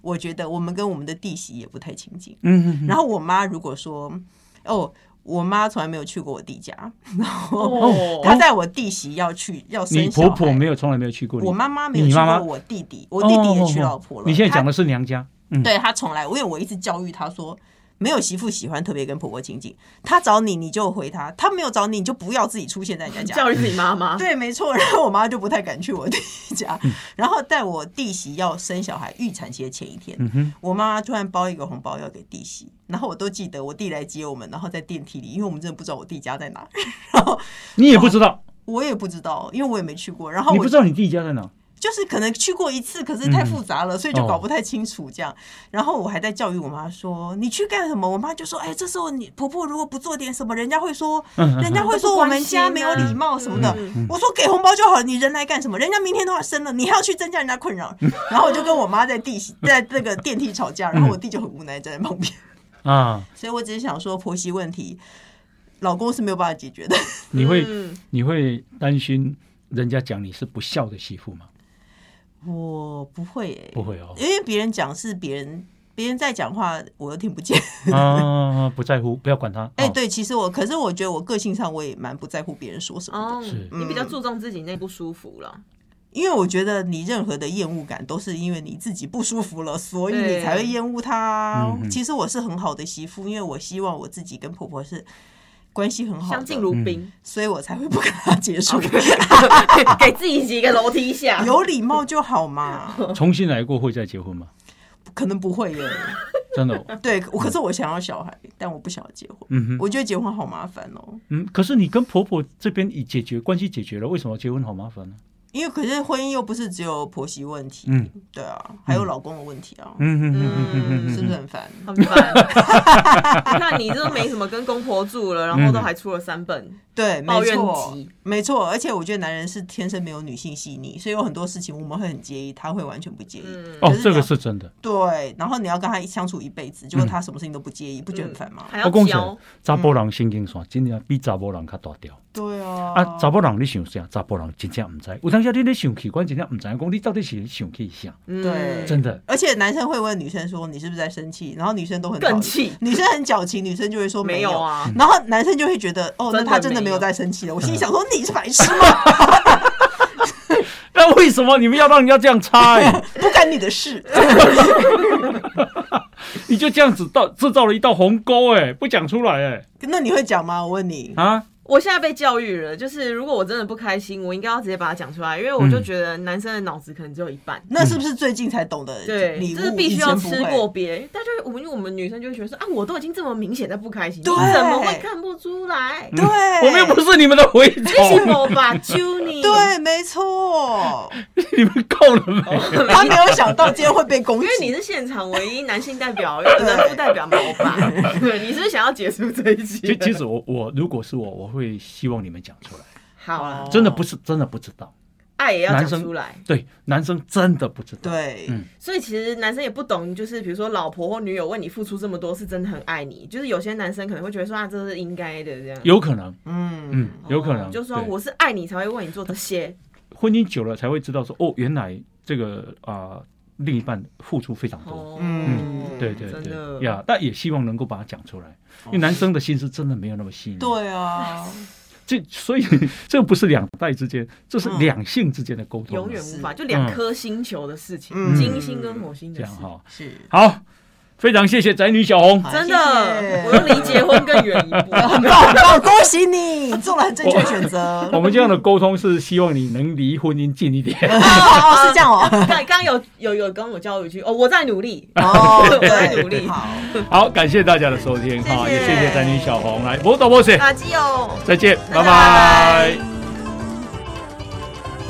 S1: 我觉得我们跟我们的弟媳也不太亲近。
S2: 嗯哼哼，
S1: 然后我妈如果说，哦，我妈从来没有去过我弟家，
S3: 哦
S1: 她在我弟媳要去要生
S2: 你
S1: 小孩
S2: 婆婆没有从来没有去过你，
S1: 我妈妈没有
S2: 你
S1: 去
S2: 妈妈
S1: 过我弟弟，我弟弟也娶老婆
S2: 哦哦
S1: 了。
S2: 哦你现在
S1: 她
S2: 讲的是娘家，嗯，
S1: 对他从来，因为我一直教育他说，没有媳妇喜欢特别跟婆婆亲近，他找你你就回他，他没有找你你就不要自己出现在人家家。
S3: 教育自己妈妈，
S1: 对，没错。然后我妈就不太敢去我弟家，
S2: 嗯
S1: 然后在我弟媳要生小孩预产期的前一天，
S2: 嗯哼，
S1: 我妈妈突然包一个红包要给弟媳，然后我都记得我弟来接我们，然后在电梯里，因为我们真的不知道我弟家在哪， 然后
S2: 你也不知道，
S1: 我也不知道，因为我也没去过，然后
S2: 你
S1: 我
S2: 不知道你弟家在哪，
S1: 就是可能去过一次，可是太复杂了，所以就搞不太清楚这样。然后我还在教育我妈说：“你去干什么？”我妈就说：“哎，这时候你婆婆如果不做点什么，人家会说，
S2: 嗯嗯
S1: 人家会说我们家没有礼貌什么的。
S3: 嗯
S1: 我说：“给红包就好了，你人来干什么？人家明天都要生了，你还要去增加人家困扰。”然后我就跟我妈在地在那个电梯吵架，然后我弟就很无奈站在旁边。
S2: 啊，
S1: 所以我只是想说，婆媳问题，老公是没有办法解决的。
S2: 你会
S3: 嗯
S2: 你会担心人家讲你是不孝的媳妇吗？
S1: 嗯我不会、欸，，
S2: 不会哦
S1: 因为别人讲是别人，别人在讲话我又听不见。
S2: 啊，不在乎，不要管他。
S1: 哎、
S2: 哦，
S1: 对，其实我，可是我觉得我个性上我也蛮不在乎别人说什么的，
S3: 哦
S2: 是，
S3: 你比较注重自己内不舒服了，
S1: 因为我觉得你任何的厌恶感都是因为你自己不舒服了，所以你
S3: 对
S1: 才会厌恶他啊
S2: 嗯。嗯
S1: 其实我是很好的媳妇，因为我希望我自己跟婆婆是关系很好
S3: 相敬
S1: 的，
S3: 如哦宾，
S1: 所以我才会不跟她结 束。
S2: 嗯
S3: 给自己一个楼梯下。
S1: 有礼貌就好 嘛，
S2: 重新来过会再结婚吗？
S1: 可能不会耶。
S2: 真的、哦，
S1: 对，我可是我想要小孩，但我不想要结婚。
S2: 嗯哼，
S1: 我觉得结婚好麻烦哦，
S2: 嗯，可是你跟婆婆这边已解决关系解决了，为什么结婚好麻烦呢？
S1: 因为可是婚姻又不是只有婆媳问题，
S2: 嗯
S1: 对啊，还有老公的问题啊，
S2: 嗯嗯嗯嗯嗯嗯，
S1: 是不是很烦？
S3: 很烦， 那你这没什么跟公婆住了，然
S2: 嗯
S3: 后都还出了三本，
S1: 对，没
S3: 抱怨
S1: 错
S3: 集，
S1: 没错。而且我觉得男人是天生没有女性细腻，所以有很多事情我们会很介意，他会完全不介意。
S3: 嗯，
S1: 可
S2: 哦
S1: 是，
S2: 这
S1: 你
S2: 个
S1: 要
S2: 是真的。
S1: 对，然后你要跟他相处一辈子，结
S2: 嗯
S1: 果他什么事情都不介意，不觉得很烦吗？
S3: 还
S2: 我
S3: 要
S2: 讲起嗯来
S3: 教，
S2: 查甫人神经线真正比查某人较大条。
S1: 对啊，
S2: 啊，查某人你想啥，查甫人真正毋知。有当时啊你咧想气，阮真正毋知影讲你到底是想气啥，
S3: 嗯
S1: 对
S2: 真的。
S1: 而且男生会问女生说你是不是在生气，然后女生都很
S3: 更
S1: 讨厌
S3: 气
S1: 女生很矫情，女生就会说
S3: 没
S1: 有
S3: 有。啊，
S1: 然后男生就会觉得，哦，那
S3: 真的
S1: 他真的没
S3: 没有
S1: 有在生气了。我心里
S2: 嗯
S1: 想说，你是白痴吗？
S2: 那 为什么你们要让人家这样猜？
S1: 不干你的事。
S2: 你就这样子到制造了一道鸿沟，哎，不讲出来、哎
S1: 那你会讲吗？我问你，
S2: 啊，
S3: 我现在被教育了，就是如果我真的不开心，我应该要直接把它讲出来，因为
S2: 嗯
S3: 我就觉得男生的脑子可能只有一半。
S1: 那是不是最近才懂得
S3: 对，
S1: 礼物？
S3: 就是必须要
S1: 以前不
S3: 吃
S1: 会
S3: 过别，但就是我们我们女生就会觉得说啊，我都已经这么明显的不开心，你
S1: 对
S3: 怎么会看不出来？
S2: 嗯
S1: 对，
S2: 我们又不是 你们的蛔
S3: 这是
S2: 虫，
S3: 我吧，揪 你。
S1: 对，没 错，
S2: 你们够了没？
S1: 他没有想到今天会被攻
S3: 因
S1: 击
S3: 为。你是现场唯一男性代表，男副代表嘛，我吧。 对，你是不是想要结束这一
S2: 其
S3: 集？
S2: 其实我我如果是我，我会希望你们讲出来，
S3: 好了
S1: 哦，
S2: 真的不是真的不知道，
S3: 爱也要
S2: 男
S3: 讲
S2: 生
S3: 出来。
S2: 对，男生真的不知道，
S1: 对，
S2: 嗯
S3: 所以其实男生也不懂，就是比如说老婆或女友为你付出这么多，是真的很爱你。就是有些男生可能会觉得说啊，这是应该的这样。哦
S2: 有可能，嗯
S1: 嗯，，
S2: 有可能，
S3: 就说
S2: 对
S3: 我是爱你才会为你做这些。
S2: 婚姻久了才会知道说，哦，原来这个啊、另一半付出非常多，
S3: 哦，
S1: 嗯
S2: 对对
S3: 真的哦
S2: 对，呀，但也希望能够把它讲出来，因为男生的心思真的没有那么细腻，，
S1: 对啊，
S2: 这所以这不是两代之间，这是两性之间的沟通，
S3: 嗯
S2: 啊
S3: 永远无法，就两颗星球的事情，
S1: 嗯
S3: 金星跟火星
S2: 嗯这
S3: 的
S2: 样
S3: 事。
S2: 哈，
S1: 是
S2: 好，非常谢谢宅女小红。
S1: 好
S3: 真
S1: 谢
S3: 的
S1: 谢，
S3: 我又离结婚更远一 步。
S1: 很棒，很棒，恭喜你做了很正确的选择。
S2: 我们这样的沟通是希望你能离婚姻近一 点。
S1: 哦，是这样哦。
S3: 刚刚刚有有有跟我交流一句哦，我在努力。
S1: 哦，
S3: 我在
S1: 对，
S3: 努力
S1: 好。
S2: 好，感谢大家的收听哈，
S3: 谢谢
S2: 也谢谢宅女小红来，我导播谢，
S3: 垃圾哦。
S2: 再见，拜拜
S3: 拜拜。